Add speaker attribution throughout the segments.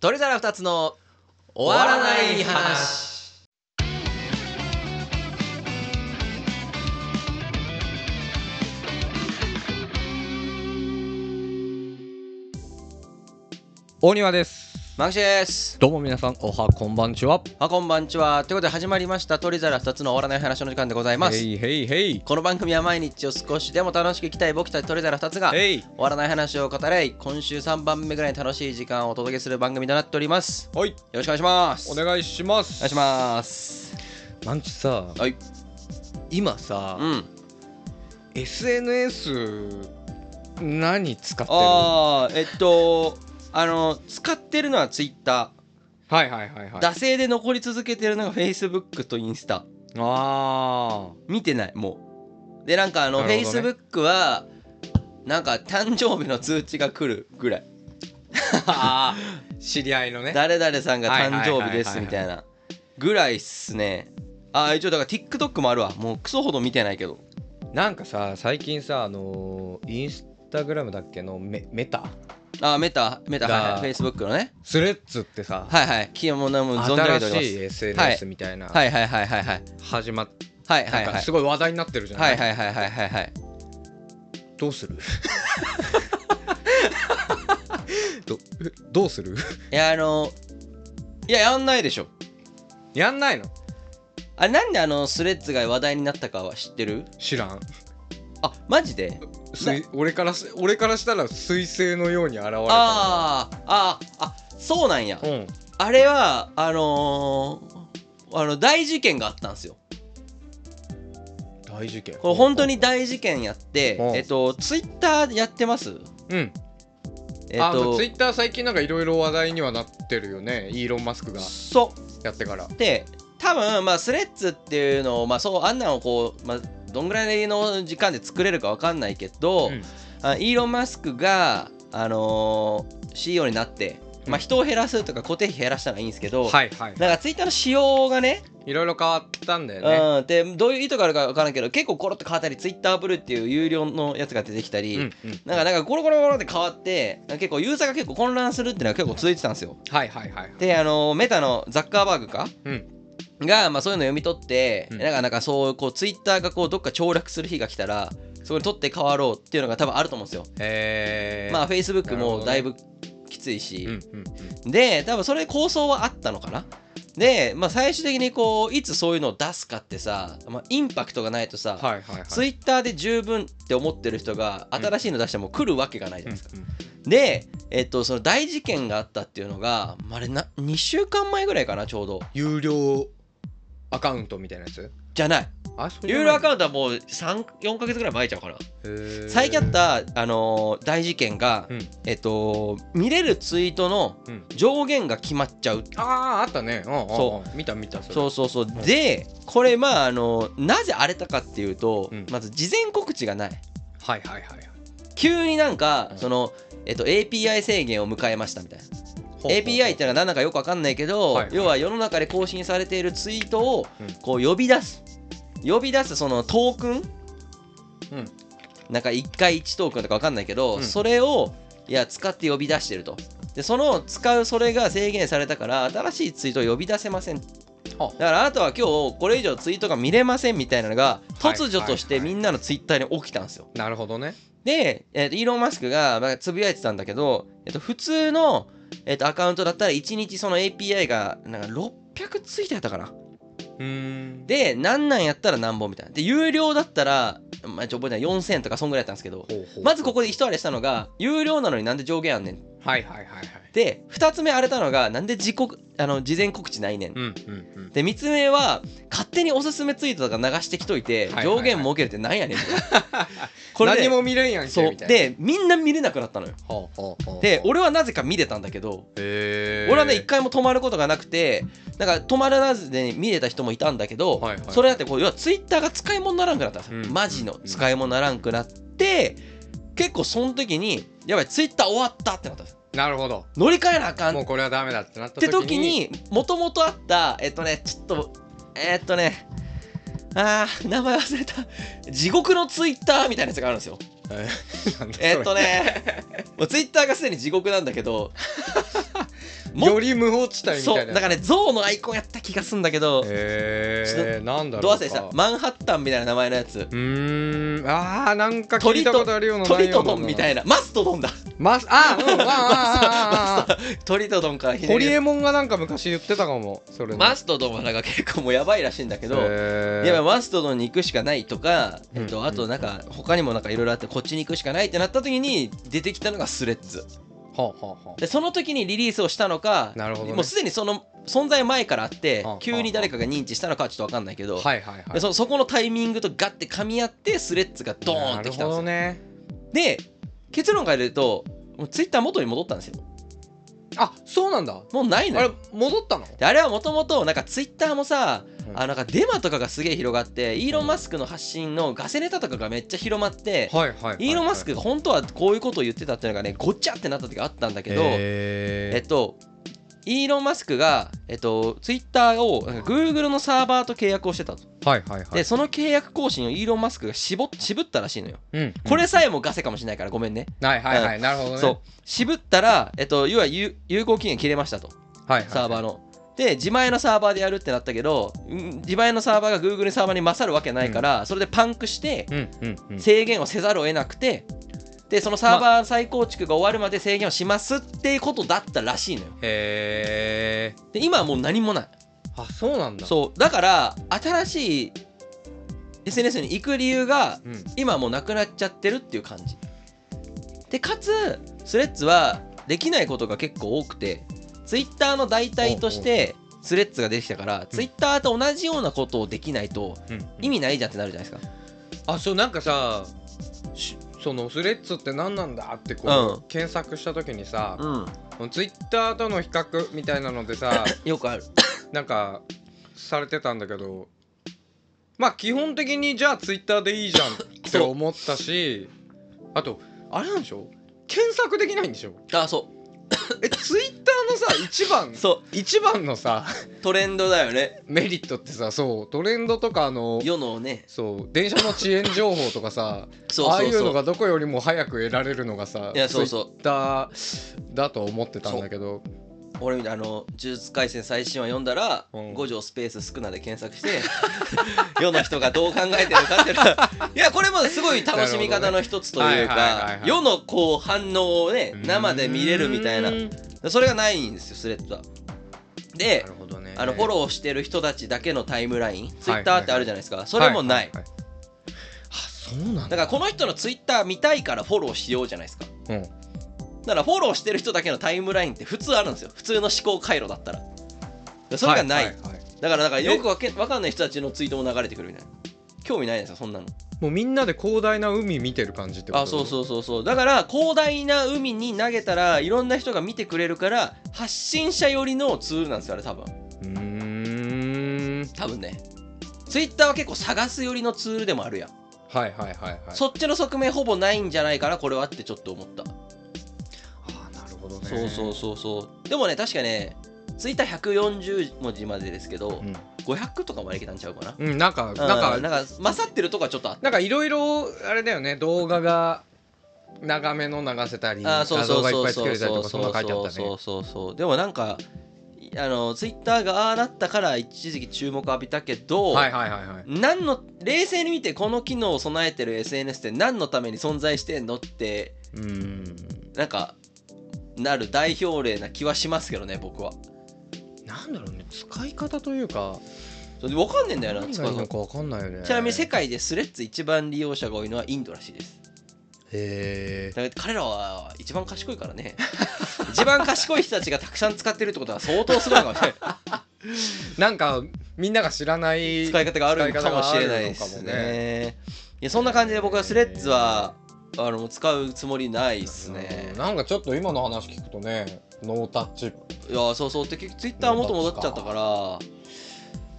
Speaker 1: 鳥皿二つの終わらない話。
Speaker 2: 大庭です
Speaker 1: マグシです。
Speaker 2: どうも皆さんおはこんばんちは
Speaker 1: あこんばんちは。ということで始まりました鳥皿二つの終わらない話の時間でございます。
Speaker 2: へいへいへい
Speaker 1: この番組は毎日を少しでも楽しく生きたい僕たち鳥皿二つが終
Speaker 2: へい
Speaker 1: わらない話を語り、今週三番目ぐらいに楽しい時間をお届けする番組となっております。
Speaker 2: はい
Speaker 1: よろしくお願いします。
Speaker 2: お
Speaker 1: お
Speaker 2: 願いします
Speaker 1: 願いします。
Speaker 2: すマンチさ
Speaker 1: はい。
Speaker 2: 今さ
Speaker 1: うん。
Speaker 2: SNS 何使ってるは
Speaker 1: ああ、えっと、あの、使ってるのはツイッタ
Speaker 2: いはいはいはい
Speaker 1: ー。惰性で残り続けてるのがフェイスブックとインスタ。
Speaker 2: あ
Speaker 1: 見てない、もう。で、なんかあの、フ
Speaker 2: な
Speaker 1: ェ
Speaker 2: る
Speaker 1: イ
Speaker 2: ほ
Speaker 1: ス
Speaker 2: ど
Speaker 1: ブ
Speaker 2: ね
Speaker 1: ックは、なんか誕生日の通知が来るぐらい。
Speaker 2: ー知り合いのね
Speaker 1: 誰々さんが誕生日で
Speaker 2: はいはいはいはいは
Speaker 1: す
Speaker 2: い
Speaker 1: みたいな。ぐらいっすね。ああ、一応だから TikTok もあるわ。もうクソほど見てないけど。
Speaker 2: なんかさ最近さあのーインスタグラムだっけのメメタ
Speaker 1: ああ、メタ、メタ、
Speaker 2: が
Speaker 1: はいはい、フェイスブックのね。
Speaker 2: スレッズってさ、
Speaker 1: はいはい。昨日もなもう存じ上げてお
Speaker 2: 新し
Speaker 1: り
Speaker 2: い
Speaker 1: は
Speaker 2: SNS
Speaker 1: い
Speaker 2: みたいな、
Speaker 1: ます。はいはいはいはいはい。
Speaker 2: 始まっ
Speaker 1: はい
Speaker 2: な
Speaker 1: は
Speaker 2: ん
Speaker 1: い
Speaker 2: か
Speaker 1: はい。
Speaker 2: すごい話題になってるじゃな、
Speaker 1: はいいはいはいはいはいはい。
Speaker 2: どうする どえどうする
Speaker 1: いやあのいややんないでしょ
Speaker 2: やんないの
Speaker 1: あれなんであのスレッズが話題になったかは知ってる
Speaker 2: 知らん
Speaker 1: あマジで
Speaker 2: 水俺からす俺からしたら彗星のように現れたの
Speaker 1: あーあーあそうなんや
Speaker 2: うん
Speaker 1: あれはあのーあの大事件があったんですよ
Speaker 2: 大事件
Speaker 1: これ本当に大事件やって
Speaker 2: うん
Speaker 1: えっとツイッターやってます
Speaker 2: うん、
Speaker 1: えっ
Speaker 2: あ
Speaker 1: と
Speaker 2: ツイッター最近なんかいろいろ話題にはなってるよねイーロン・マスクが
Speaker 1: そ
Speaker 2: やってから
Speaker 1: うで多分まあスレッズっていうのをまあそうあんなのをこうまあどんぐらいの時間で作れるかわかんないけど、
Speaker 2: うん
Speaker 1: あイーロン・マスクが、あのー CEO になって、まあ、
Speaker 2: うん
Speaker 1: 人を減らすとか固定費減らしたのがいいんですけど、
Speaker 2: はいはい
Speaker 1: なんかツイッターの仕様がね
Speaker 2: いろいろ変わったんだよね
Speaker 1: うん、でどういう意図があるか分からんけど結構コロッと変わったりツイッターブルーっていう有料のやつが出てきたり、
Speaker 2: うんうん
Speaker 1: なんかなんかゴロゴロゴロって変わってなんか結構ユーザーが結構混乱するっていうのが結構続いてたんですよ
Speaker 2: はいはいはい
Speaker 1: であのーメタのザッカーバーグか、
Speaker 2: うん
Speaker 1: が、まあ、そういうの読み取って、
Speaker 2: うん
Speaker 1: なんかなんかそうこうツイッターがこうどっか凋落する日が来たらそこに取って変わろうっていうのが多分あると思うんですよ
Speaker 2: えー、
Speaker 1: まあ、
Speaker 2: あ
Speaker 1: Facebook
Speaker 2: なるほど
Speaker 1: も
Speaker 2: ね
Speaker 1: だいぶきついし、
Speaker 2: うんうん
Speaker 1: で、多分それ構想はあったのかな。で、まあ、最終的にこう、いつそういうのを出すかってさ、まあ、インパクトがないとさ、
Speaker 2: はいはいはい
Speaker 1: Twitter で十分って思ってる人が新しいの出しても来るわけがないじゃないですか。
Speaker 2: うんうん
Speaker 1: で、えっと、その大事件があったっていうのが、まあ、あれな、2週間前ぐらいかな、ちょうど。
Speaker 2: 有料アカウントみたいなやつ
Speaker 1: じゃない。
Speaker 2: あそ
Speaker 1: ユーロアカウントはもう3、4ヶ月ぐらい前ちゃうかな。
Speaker 2: ン
Speaker 1: 最近あった、あのー大事件が、
Speaker 2: うん
Speaker 1: えっと、見れるツイートの
Speaker 2: うん
Speaker 1: 上限が決まっちゃう
Speaker 2: あああったねうんうん
Speaker 1: そ
Speaker 2: うん見た見たそれ
Speaker 1: そうそうそう、
Speaker 2: ん
Speaker 1: でこれまああのなぜ荒れたかっていうと、
Speaker 2: うん
Speaker 1: まず事前告知がない
Speaker 2: はいはいはいはい
Speaker 1: 急になんか、
Speaker 2: うん
Speaker 1: そのえっと API 制限を迎えましたみたいな
Speaker 2: ほうほう
Speaker 1: API ってのは何だかよくわかんないけど、
Speaker 2: はいはい
Speaker 1: 要は世の中で更新されているツイートを
Speaker 2: うん
Speaker 1: こう呼び出す呼び出すそのトークン、
Speaker 2: うん
Speaker 1: なんか1回1トークンとかわかんないけど、
Speaker 2: うん
Speaker 1: それをいや使って呼び出してるとでその使うそれが制限されたから新しいツイートを呼び出せません
Speaker 2: は
Speaker 1: だからあなたは今日これ以上ツイートが見れませんみたいなのが突如として
Speaker 2: はいはいは
Speaker 1: み
Speaker 2: い
Speaker 1: んなのツイッターに起きたんですよ。
Speaker 2: なるほどね
Speaker 1: で、えーとイーロン・マスクがまあつぶやいてたんだけど、えっと普通の、えっとアカウントだったら1日その API がなんか600ツイートやったかな。
Speaker 2: うーん
Speaker 1: で、なんなんやったら何本みたいな。で、有料だったら、まあ、ちょ覚えてない4000とかそんぐらいやったんですけど、
Speaker 2: ほうほう
Speaker 1: まずここで一荒れしたのが、有料なのになんで上限あんねん。
Speaker 2: はいはいはいはい
Speaker 1: で、2つ目荒れたのが、なんで自己あの事前告知ないねん
Speaker 2: うんうん
Speaker 1: で3つ目は勝手におすすめツイートとか流してきといて
Speaker 2: はいはいはい
Speaker 1: 上限設けるってなんやねんみたいな
Speaker 2: こ
Speaker 1: こ
Speaker 2: れ
Speaker 1: れで
Speaker 2: 何も見れんやんけ
Speaker 1: そう
Speaker 2: みたいな
Speaker 1: でみんな見れなくなったのよ
Speaker 2: ほうほうほう
Speaker 1: で俺はなぜか見れたんだけど
Speaker 2: へー
Speaker 1: 俺はね一回も止まることがなくてなんか止まらずで見れた人もいたんだけど、
Speaker 2: はいはい
Speaker 1: それだってこう要はツイッターが使い物にならんくなったんですよ、
Speaker 2: うん
Speaker 1: マジの使い物にならんくなって結構その時にやばいツイッター終わったってなったんです
Speaker 2: なるほど
Speaker 1: 乗り換えなあかん
Speaker 2: もうこれはダメだってなっ
Speaker 1: ったて
Speaker 2: 時に
Speaker 1: 時にもともとあったえっとねちょっとえっとねあー名前忘れた地獄のツイッターみたいなやつがあるんですよ
Speaker 2: えー なんだそれ
Speaker 1: えっとねもうツイッターがすでに地獄なんだけどもっ
Speaker 2: より無法地帯み
Speaker 1: そ
Speaker 2: た
Speaker 1: う
Speaker 2: いな
Speaker 1: だからね象のアイコンやった気がすんだけど、
Speaker 2: えー、なんだろ
Speaker 1: ど
Speaker 2: う
Speaker 1: うせした
Speaker 2: か
Speaker 1: マンハッタンみたいな名前のやつ
Speaker 2: うーんあーなんか聞いたことあるような
Speaker 1: トリト
Speaker 2: ない
Speaker 1: ド
Speaker 2: よう
Speaker 1: ンみた
Speaker 2: ない
Speaker 1: なマストドンだ
Speaker 2: マスあーうんあーあーあーあ
Speaker 1: トリトドンからひ
Speaker 2: ー
Speaker 1: ね
Speaker 2: ホ
Speaker 1: り
Speaker 2: リ
Speaker 1: 出
Speaker 2: エモンがなんか昔言ってたかもそれね
Speaker 1: マストドンはなんか結構もうやばいらしいんだけど、
Speaker 2: えー
Speaker 1: いやマストドンに行くしかないとか、えっ
Speaker 2: う
Speaker 1: と、
Speaker 2: ん
Speaker 1: あとなんか他にもなんかいろいろあってこっちに行くしかないってなった時に出てきたのがスレッズ
Speaker 2: はあはあは
Speaker 1: でその時にリリースをしたのか
Speaker 2: あなるほど、ね、
Speaker 1: もうすでにその存在前からあって
Speaker 2: はあはあ
Speaker 1: 急に誰かが認知したのかはちょっと分かんないけど、
Speaker 2: はいはいはい
Speaker 1: でそそこのタイミングとガッて噛み合ってスレッズがドーンってきたんで
Speaker 2: なるほ
Speaker 1: すよ、
Speaker 2: どね
Speaker 1: で結論から言うともうツイッター元に戻ったんですよ
Speaker 2: あそうなんだあ
Speaker 1: もうないの
Speaker 2: れ
Speaker 1: よ
Speaker 2: 戻ったの
Speaker 1: であれはもともとなんかツイッターもさ、
Speaker 2: うん
Speaker 1: あなんかデマとかがすげえ広がってイーロン・マスクの発信のガセネタとかがめっちゃ広まって、
Speaker 2: はいはいはいはい
Speaker 1: イーロン・マスクが本当はこういうことを言ってたっていうのがねごっちゃってなった時があったんだけど、
Speaker 2: え
Speaker 1: えっと、イーロン・マスクが、えっと、ツイッターをなんか Google のサーバーと契約をしてたと、
Speaker 2: ーはいはいは
Speaker 1: で
Speaker 2: い
Speaker 1: その契約更新をイーロン・マスクが絞っ渋ったらしいのよ
Speaker 2: うん
Speaker 1: これさえもガセかもしれないからごめんね、
Speaker 2: はいはいはいなるほどね
Speaker 1: そう渋ったら、えっと、要は有有効期限切れましたと
Speaker 2: はいはい
Speaker 1: サーバーの、で自前のサーバーでやるってなったけどうん自前のサーバーが Google のサーバーに勝るわけないから、それでパンクして
Speaker 2: うんうんうん
Speaker 1: 制限をせざるを得なくてでそのサーバー再構築が終わるまで制限をしますっていうことだったらしいのよ
Speaker 2: へえ
Speaker 1: で今はもう何もない
Speaker 2: あそうなんだ
Speaker 1: そうだから新しい SNS に行く理由が
Speaker 2: うん
Speaker 1: 今もうなくなっちゃってるっていう感じでかつスレッズはできないことが結構多くてツイッターの代替としてスレッズができたからツイッターと同じようなことをできないと
Speaker 2: うん
Speaker 1: 意味ないじゃんってなるじゃないですか
Speaker 2: あそうなんかさしそのスレッズって何なんだってこう、
Speaker 1: う
Speaker 2: 検索した時にさ、
Speaker 1: うん
Speaker 2: ツイッターとの比較みたいなので さ
Speaker 1: よくある
Speaker 2: なんかされてたんだけどまあ基本的にじゃあツイッターでいいじゃんって
Speaker 1: そう
Speaker 2: 思ったしあとあれなんでしょ検索できないんでしょ
Speaker 1: あそ
Speaker 2: えツイッターのさ一番
Speaker 1: う そ
Speaker 2: 一番のさ
Speaker 1: うトレンドだよね
Speaker 2: メリットってさそうトレンドとかあの
Speaker 1: 世のね
Speaker 2: そう電車の遅延情報とかさ
Speaker 1: そう
Speaker 2: ああ
Speaker 1: そ
Speaker 2: いううの
Speaker 1: そう
Speaker 2: がどこよりも早く得られるのがさ
Speaker 1: いやそうそう
Speaker 2: ツイッターだと思ってたんだけど
Speaker 1: 俺みたいなあの「呪術廻戦」最新話読んだら
Speaker 2: う
Speaker 1: 「
Speaker 2: ん
Speaker 1: 五条スペース少な」で検索して 世の人がどう考えてるかっていうの はいやこれもすごい楽しみ方の一つという
Speaker 2: なるほどねはいはいはい
Speaker 1: か
Speaker 2: はい
Speaker 1: 世のこう反応をね生で見れるみたいうな
Speaker 2: ーんな
Speaker 1: それがないんですよスレッドは。で
Speaker 2: るほどね
Speaker 1: あのフォローしてる人たちだけのタイムラインツイッターってあるじゃないですかそれもない
Speaker 2: はははあそうなん
Speaker 1: だか
Speaker 2: だ
Speaker 1: らこの人のツイッター見たいからフォローしようじゃないですか
Speaker 2: うん
Speaker 1: だからフォローしてる人だけのタイムラインって普通あるんですよ普通の思考回路だったらそれがない
Speaker 2: ははは
Speaker 1: だからだからよくわけわかんない人たちのツイートも流れてくるみたいな興味ないですよそんなの
Speaker 2: もうみんなで広大な海見てる感じってこと
Speaker 1: あそう
Speaker 2: う
Speaker 1: そうそうそうだから広大な海に投げたらいろんな人が見てくれるから発信者寄りのツールなんですよあれ多分
Speaker 2: うーん
Speaker 1: 多分ねツイッターは結構探す寄りのツールでもあるやん、
Speaker 2: はいはいはいはい
Speaker 1: そっちの側面ほぼないんじゃないかなこれはってちょっと思った、
Speaker 2: あなるほどね
Speaker 1: そうそうそうそうでもね確かねツイッター140文字までですけど、
Speaker 2: うん
Speaker 1: 500とかまでいけたんちゃうかな、
Speaker 2: うんなんかなん
Speaker 1: う
Speaker 2: か
Speaker 1: んなんか勝ってるとかちょっとあった
Speaker 2: なんかいろいろあれだよね動画が長めの流せたり
Speaker 1: あー
Speaker 2: 画
Speaker 1: そうそ
Speaker 2: 像
Speaker 1: う
Speaker 2: がいっ
Speaker 1: そ
Speaker 2: ぱ
Speaker 1: う
Speaker 2: い
Speaker 1: そ
Speaker 2: 作
Speaker 1: う
Speaker 2: れた
Speaker 1: そ
Speaker 2: りと
Speaker 1: うそ
Speaker 2: かそんな
Speaker 1: う
Speaker 2: 書いてあった
Speaker 1: そ
Speaker 2: ね
Speaker 1: うそうそうでもなんかいあのツイッターがああなったから一時期注目浴びたけど、
Speaker 2: はいはいはいはい
Speaker 1: 何の冷静に見てこの機能を備えてる SNS って何のために存在してんのって
Speaker 2: うーん
Speaker 1: なんかなる代表例な気はしますけどね僕は
Speaker 2: なんだろうね使い方というか
Speaker 1: それで分かんねえんだよな
Speaker 2: 何
Speaker 1: 使
Speaker 2: が
Speaker 1: う
Speaker 2: いい
Speaker 1: の
Speaker 2: のかわかんないよね
Speaker 1: ちなみに世界でスレッズ一番利用者が多いのはインドらしいです
Speaker 2: へ
Speaker 1: だから彼らは一番賢いからね 一番賢い人たちがたくさん使ってるってことは相当すごいかもしれない
Speaker 2: ーなんかみんなが知らない
Speaker 1: 使い方があるのかもしれないです
Speaker 2: 使い方
Speaker 1: ね
Speaker 2: があるのかも
Speaker 1: いやそんな感じで僕はスレッズはあの使うつもりないですね
Speaker 2: うんなんかちょっと今の話聞くとねノータッチ
Speaker 1: いやそうそうって結局ツイッター元戻っちゃったから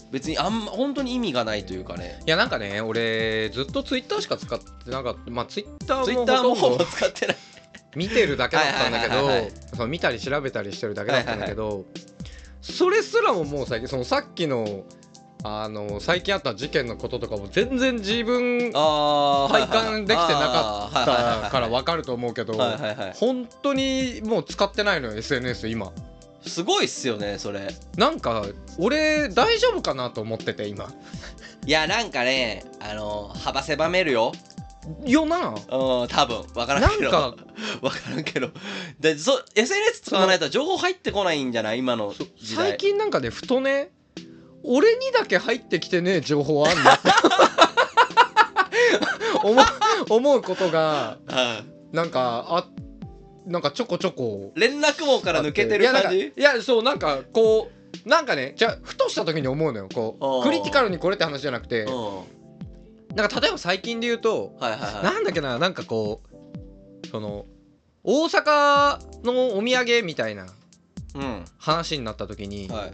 Speaker 1: 別にあんま本当に意味がないというかね
Speaker 2: いやなんかね俺ずっとツイッターしか使ってなかったまあツイッタ
Speaker 1: ツイ
Speaker 2: ーも
Speaker 1: ッターも
Speaker 2: ほと
Speaker 1: ほ
Speaker 2: ん
Speaker 1: ぼ
Speaker 2: ど
Speaker 1: 使ってない
Speaker 2: 見てるだけだったんだけ
Speaker 1: はいはいはいはい
Speaker 2: どその見たり調べたりしてるだけだったんだけど、それすらももう最近そのさっきのあの最近あった事件のこととかも全然自分体
Speaker 1: あーはいはいはい
Speaker 2: 感できてなかったから分かると思うけど
Speaker 1: あーはいはいはいはいはいはい
Speaker 2: 本当にもう使ってないのよ SNS 今
Speaker 1: すごいっすよねそれ
Speaker 2: なんか俺大丈夫かなと思ってて今
Speaker 1: いやなんかねあの幅狭めるよ
Speaker 2: よな
Speaker 1: うん多分分からんけど
Speaker 2: なんか
Speaker 1: 分からんけどでそ SNS 使わないと情報入ってこないんじゃない今の時代
Speaker 2: 最近なんかねふとね俺にだけ入ってきてねえ情報あんなって 思う思うことが
Speaker 1: うん
Speaker 2: なんかあなんかちょこちょこ
Speaker 1: 連絡網から抜けてる
Speaker 2: いやなん
Speaker 1: 感
Speaker 2: かい
Speaker 1: じ
Speaker 2: やそうなんかこうなんかねじゃあふとした時に思うのよこ
Speaker 1: あ
Speaker 2: う
Speaker 1: ー
Speaker 2: クリティカルにこれって話じゃなくて
Speaker 1: うんは
Speaker 2: なんか例えば最近で言うと
Speaker 1: いはいは
Speaker 2: なんだっけななんかこうその大阪のお土産みたいない
Speaker 1: うん
Speaker 2: 話になった時に、
Speaker 1: はい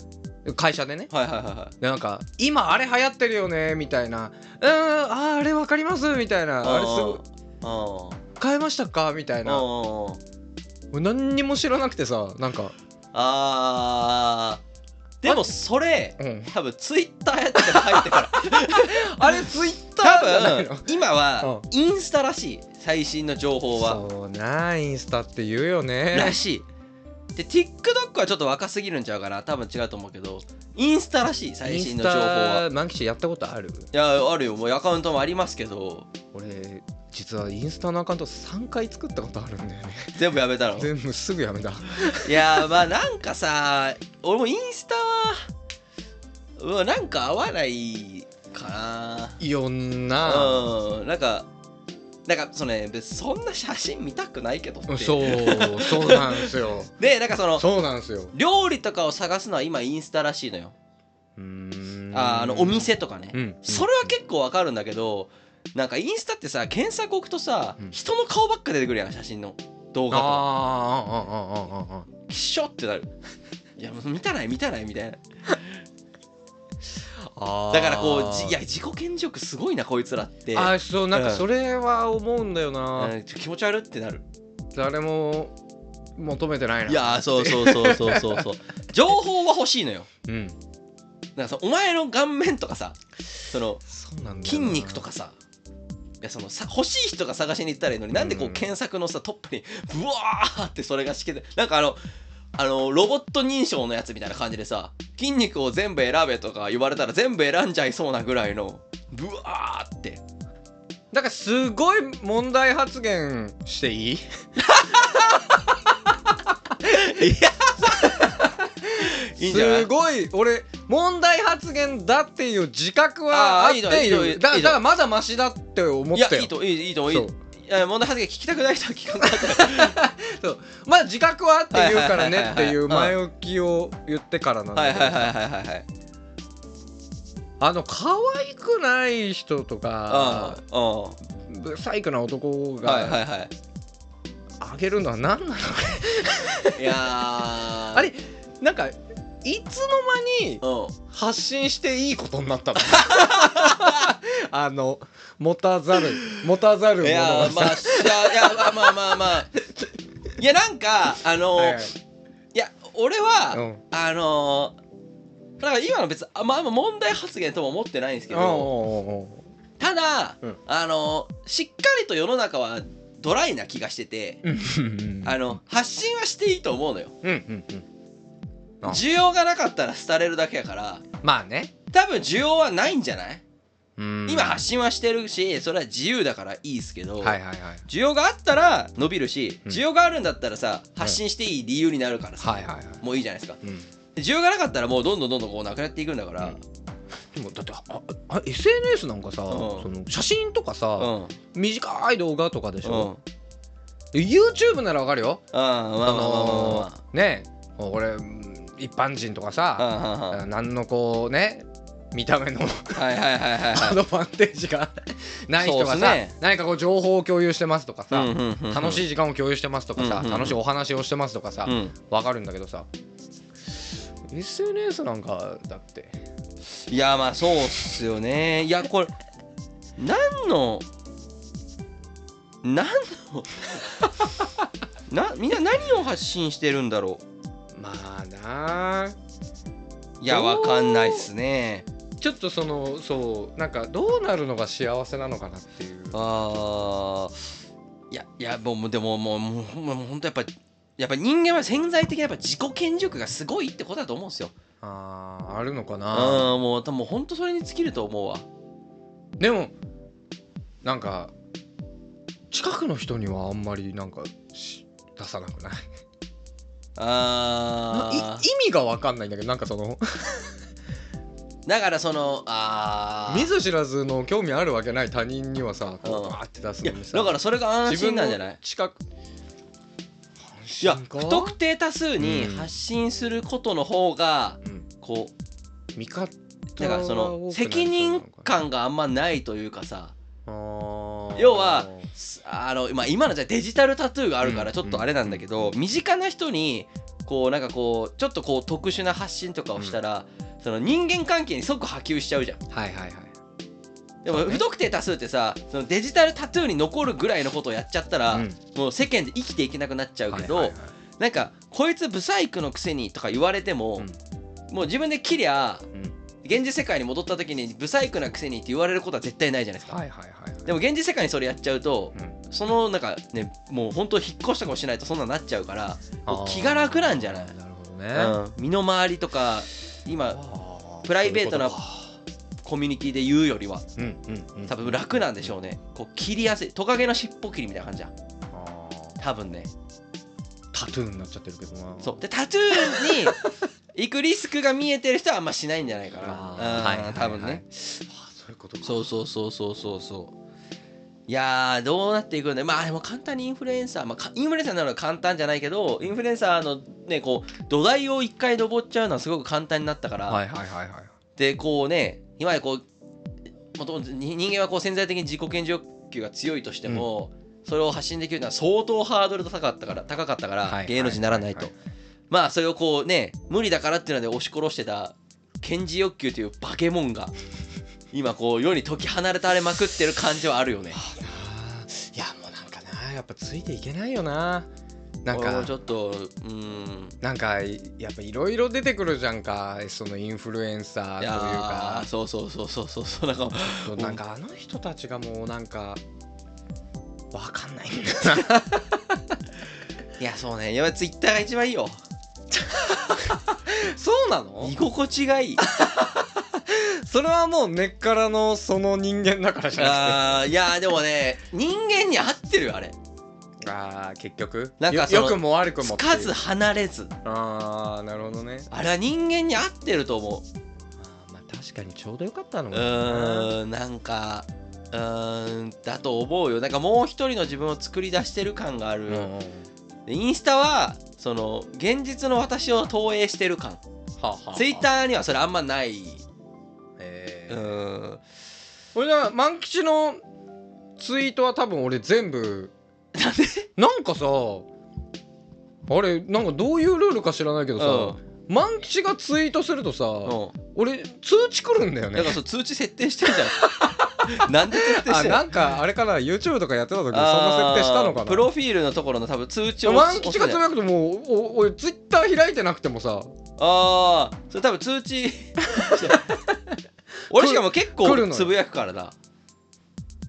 Speaker 2: 会社でね
Speaker 1: はいはいはいはい
Speaker 2: なんか今あれ流行ってるよねみたいな「うんあーあれわかります」みたいな「あれすごい
Speaker 1: あ
Speaker 2: 買えましたか?」みたいなも
Speaker 1: あ
Speaker 2: う何にも知らなくてさなんか
Speaker 1: あーでもそれ
Speaker 2: うん
Speaker 1: 多分ツイッターやってから入ってから
Speaker 2: あれツイッタ
Speaker 1: 多
Speaker 2: ーじゃ ないの
Speaker 1: 分今はインスタらしい最新の情報は
Speaker 2: そうなインスタって言うよ
Speaker 1: ら
Speaker 2: ね
Speaker 1: しいで TikTok はちょっと若すぎるんちゃうかな多分違うと思うけどインスタらしい最
Speaker 2: イン
Speaker 1: 新の
Speaker 2: ス
Speaker 1: 情報は
Speaker 2: タマンキシやったことある
Speaker 1: いやあるよもうアカウントもありますけど
Speaker 2: 俺実はインスタのアカウント3回作ったことあるんだよね
Speaker 1: 全部やめたの
Speaker 2: 全部すぐやめ た
Speaker 1: いやまあなんかさ俺もインスタはうわなんか合わないかない
Speaker 2: ろんな
Speaker 1: うんなんかなんかそのね別にそんな写真見たくないけどって
Speaker 2: そうそうなんですよ
Speaker 1: でなんかその
Speaker 2: そうなんですよ
Speaker 1: 料理とかを探すのは今インスタらしいのよ
Speaker 2: うーん
Speaker 1: あーあのお店とかね、
Speaker 2: うん
Speaker 1: それは結構わかるんだけどなんかインスタってさ検索置くとさ、
Speaker 2: うん
Speaker 1: 人の顔ばっか出てくるやん写真の動
Speaker 2: あーあ
Speaker 1: 画と
Speaker 2: ーあーあーあーあー
Speaker 1: きっしょってなる いやもう見たない見たないみたいな
Speaker 2: あー
Speaker 1: だからこうじいや自己顕示欲すごいなこいつらって
Speaker 2: あーそうなんか
Speaker 1: うん
Speaker 2: それは思うんだよな、
Speaker 1: うんちょ気持ち悪ってなる
Speaker 2: 誰も求めてないない
Speaker 1: やーそうそうそうそうそうそう 情報は欲しいのよ
Speaker 2: うん
Speaker 1: なんかさお前の顔面とかさその
Speaker 2: そうなんだよな
Speaker 1: 筋肉とかさいやそのさ欲しい人が探しに行ったらいいのになんでこ
Speaker 2: う
Speaker 1: うん検索のさトップにブワーってそれがしけてなんかあのあのロボット認証のやつみたいな感じでさ筋肉を全部選べとか言われたら全部選んじゃいそうなぐらいのブワーって
Speaker 2: だからすごい問題発言していい
Speaker 1: いやいいんじゃない
Speaker 2: すごい俺問題発言だっていう自覚は
Speaker 1: あ
Speaker 2: あ
Speaker 1: ー
Speaker 2: っ
Speaker 1: いいの
Speaker 2: てい
Speaker 1: いいのいい
Speaker 2: る
Speaker 1: の
Speaker 2: だ
Speaker 1: いい
Speaker 2: だ
Speaker 1: の
Speaker 2: からまだマシだって思っ
Speaker 1: いや
Speaker 2: た
Speaker 1: い
Speaker 2: よ
Speaker 1: いといいいいといい
Speaker 2: そう
Speaker 1: いや問題発言聞きたくない人は聞かなかったよ
Speaker 2: まあ自覚はあって言うからねっていう
Speaker 1: はいはいはい
Speaker 2: 前置きを言ってからなん
Speaker 1: はい
Speaker 2: だ
Speaker 1: はい
Speaker 2: けど
Speaker 1: はいはいはいはい
Speaker 2: あの可愛くない人とか
Speaker 1: うんうんは
Speaker 2: ブサイクな男
Speaker 1: いはい
Speaker 2: が
Speaker 1: は
Speaker 2: あげるのは何なの
Speaker 1: いいやー
Speaker 2: あれなんかいつの間に
Speaker 1: うん
Speaker 2: 発信していいことになったの あの持たざる持たざる
Speaker 1: い
Speaker 2: 者
Speaker 1: やー
Speaker 2: がさ
Speaker 1: まあいやいやまあまあまあまあいやなんかあの
Speaker 2: はい
Speaker 1: ー、
Speaker 2: はい
Speaker 1: いや俺
Speaker 2: う
Speaker 1: は、
Speaker 2: ん
Speaker 1: あのー、だから今の別にあまああんま問題発言とも思ってないんですけどただ、
Speaker 2: うん
Speaker 1: あのー、しっかりと世の中はドライな気がしてて
Speaker 2: うんうん
Speaker 1: あの発信はしていいと思うのよ
Speaker 2: うんうんうんあ
Speaker 1: 需要がなかったら廃れるだけやから
Speaker 2: まあね
Speaker 1: 多分需要はないんじゃない今
Speaker 2: 今
Speaker 1: 発信はしてるしそれは自由だからいいですけど、
Speaker 2: はいはいはい
Speaker 1: 需要があったら伸びるし
Speaker 2: うん
Speaker 1: 需要があるんだったらさ発信していい理由になるからさ、
Speaker 2: はいはいはい
Speaker 1: もういいじゃないですか
Speaker 2: うん
Speaker 1: で需要がなかったらもうどんどんどんどんこうなくなっていくんだから
Speaker 2: でもだってああ SNS なんかさ、
Speaker 1: うん
Speaker 2: その写真とか
Speaker 1: うんう
Speaker 2: さ、
Speaker 1: ん
Speaker 2: 短い動画とかでし
Speaker 1: うん
Speaker 2: ょ、YouTube ならわかるよ
Speaker 1: あーまあまあ
Speaker 2: あ
Speaker 1: まあま
Speaker 2: のーね俺うん一般人とかさ、
Speaker 1: あまああ
Speaker 2: 何のこうね見た目の
Speaker 1: ーはいはいはいはい
Speaker 2: ア
Speaker 1: は
Speaker 2: ドバンテージが ない人が
Speaker 1: そうっ
Speaker 2: さ、
Speaker 1: すね
Speaker 2: 何かこう情報を共有してますとかさ、
Speaker 1: い
Speaker 2: 楽し
Speaker 1: い
Speaker 2: い時間を共有してますとかさ、
Speaker 1: うんうん
Speaker 2: 楽しいお話をしてますとかさ、
Speaker 1: うん
Speaker 2: わかるんだけどさ SNS なんかだって
Speaker 1: いやまあそうっすよねいやこれ何の何 のなみんな何を発信してるんだろ
Speaker 2: まあなあ
Speaker 1: ういやわかんないっすね
Speaker 2: ちょっとそのそうなんかどうなるのが幸せなのかなっていう
Speaker 1: あーいやいやもうでももうもうほんまもうほんとやっぱやっぱ人間は潜在的なやっぱ自己顕示欲がすごいってことだと思うんですよ。
Speaker 2: あーあるのか
Speaker 1: うん
Speaker 2: な
Speaker 1: もう多分もう本当それに尽きると思うわ。
Speaker 2: でもなんか近くの人にはあんまりなんかし出さなくないい
Speaker 1: あー
Speaker 2: 意味が分かんないんだけどなんかその
Speaker 1: だからそのあー
Speaker 2: 見ず知らずの興味あるわけない他人にはさこ
Speaker 1: うん
Speaker 2: うバーって出す
Speaker 1: いや
Speaker 2: のにさ
Speaker 1: だからそれが安心なんじゃない
Speaker 2: 近く
Speaker 1: いや不特定多数に
Speaker 2: うん
Speaker 1: 発信することの方が
Speaker 2: うん
Speaker 1: こ
Speaker 2: 味方
Speaker 1: うだからその責任感があんまないというかさ要
Speaker 2: 要
Speaker 1: はすあの、まあ、今のじゃデジタルタトゥーがあるから
Speaker 2: うん
Speaker 1: ちょっとあれなんだけど、身近な人にこうなんかこうちょっとこう特殊な発信とかをしたら、その人間関係に即波及しちゃうじゃん
Speaker 2: はいはいはい
Speaker 1: でも
Speaker 2: そうね
Speaker 1: 不特定多数ってさそのデジタルタトゥーに残るぐらいのことをやっちゃったら、
Speaker 2: うん
Speaker 1: もう世間で生きていけなくなっちゃうけど、
Speaker 2: はいはいはい
Speaker 1: なんかこいつブサイクのくせにとか言われても、もう自分で切りゃ
Speaker 2: うん
Speaker 1: 現実世界に戻った時にブサイクなくせにって言われることは絶対ないじゃないですか、
Speaker 2: はいはいはいはい
Speaker 1: でも現実世界にそれやっちゃうと
Speaker 2: うん
Speaker 1: そのなんかねもう本当引っ越しとかもしないとそんなんなっちゃうから、
Speaker 2: あー
Speaker 1: 気が楽なんじゃない
Speaker 2: なるほどね
Speaker 1: うん身の回りとか今
Speaker 2: あー
Speaker 1: プライベートな
Speaker 2: そういうこ
Speaker 1: コミュニティで言うよりは
Speaker 2: とかうんうんうん
Speaker 1: 多分楽なんでしょうねこう切りやすいトカゲの尻尾切りみたいな感じじゃん
Speaker 2: あー
Speaker 1: 多分ね
Speaker 2: タトゥーになっちゃってるけどな
Speaker 1: そうでタトゥーに行くリスクが見えてる人はあんましないんじゃないか
Speaker 2: あー
Speaker 1: なう
Speaker 2: はい
Speaker 1: ん多分
Speaker 2: はいは
Speaker 1: ね
Speaker 2: いあーそういうことか
Speaker 1: そうそうそうそうそうそういやーどうなっていくんだまあでも簡単にインフルエンサー、まあか、インフルエンサーになるのは簡単じゃないけどインフルエンサーのねこう土台を一回登っちゃうのはすごく簡単になったから、
Speaker 2: はいはいはいはい
Speaker 1: でこうね今までこうもともとに人間はこう潜在的に自己顕示欲求が強いとしても、それを発信できるのは相当ハードルが高かったから高かったから、
Speaker 2: はい
Speaker 1: 芸能人にならないと、
Speaker 2: はいは
Speaker 1: まあそれをこうね無理だからっていうので押し殺してた顕示欲求という化け物が今こう世に解き放たれまくってる感じはあるよ ね
Speaker 2: あーいやもうなんかなやっぱついていけないよななん
Speaker 1: 俺も
Speaker 2: か
Speaker 1: ちょっとうーん
Speaker 2: なんかやっぱいろいろ出てくるじゃんかそのインフルエンサー
Speaker 1: い
Speaker 2: という
Speaker 1: や
Speaker 2: か
Speaker 1: ーそうそうそうそうそうそうなんか
Speaker 2: そう
Speaker 1: うん
Speaker 2: なんかあの人たちがもうなんかわか んないんだな
Speaker 1: いやそうねやばいツイッターが一番いいよ
Speaker 2: そうなの
Speaker 1: 居心地がいい
Speaker 2: それはもう根っからのその人間だからじゃな
Speaker 1: あーいやーでもね人間に合ってるよあれ
Speaker 2: くてああー結局
Speaker 1: なんか
Speaker 2: よ
Speaker 1: その
Speaker 2: 良くも悪くも
Speaker 1: つ
Speaker 2: っていう
Speaker 1: かず離れず
Speaker 2: ああなるほどね
Speaker 1: あれは人間に合ってると思
Speaker 2: あーまあ確かにちょうどよかったの
Speaker 1: うう
Speaker 2: かな
Speaker 1: ーんなんかうーんだと思うよなんかもう一人の自分を作り出してる感がある、
Speaker 2: うんうんは
Speaker 1: でインスタはその現実の私を投影してる感
Speaker 2: あはあはあ
Speaker 1: ツイッターにはそれあんまない
Speaker 2: え
Speaker 1: う
Speaker 2: ー
Speaker 1: ーん
Speaker 2: 俺だから万吉のツイートは多分俺全部
Speaker 1: なんで
Speaker 2: なんかさあれなんかどういうルールか知らないけどさ、万吉がツイートするとさ、
Speaker 1: うん
Speaker 2: 俺通知来るんだよ
Speaker 1: だ
Speaker 2: ね
Speaker 1: からそう通知設定してるじゃん なんで設定し
Speaker 2: あ
Speaker 1: てる
Speaker 2: なんかあれかな YouTube とかやってた時にそん
Speaker 1: あー
Speaker 2: な設定したのか
Speaker 1: プ
Speaker 2: な
Speaker 1: ロフィールのところの多分通知を押
Speaker 2: 万
Speaker 1: す
Speaker 2: 吉がつぶやくともうお俺ツイッター開いてなくてもさ
Speaker 1: ああそれ多分通知 俺しかも結
Speaker 2: 来る
Speaker 1: 構
Speaker 2: のよ
Speaker 1: つぶやくからな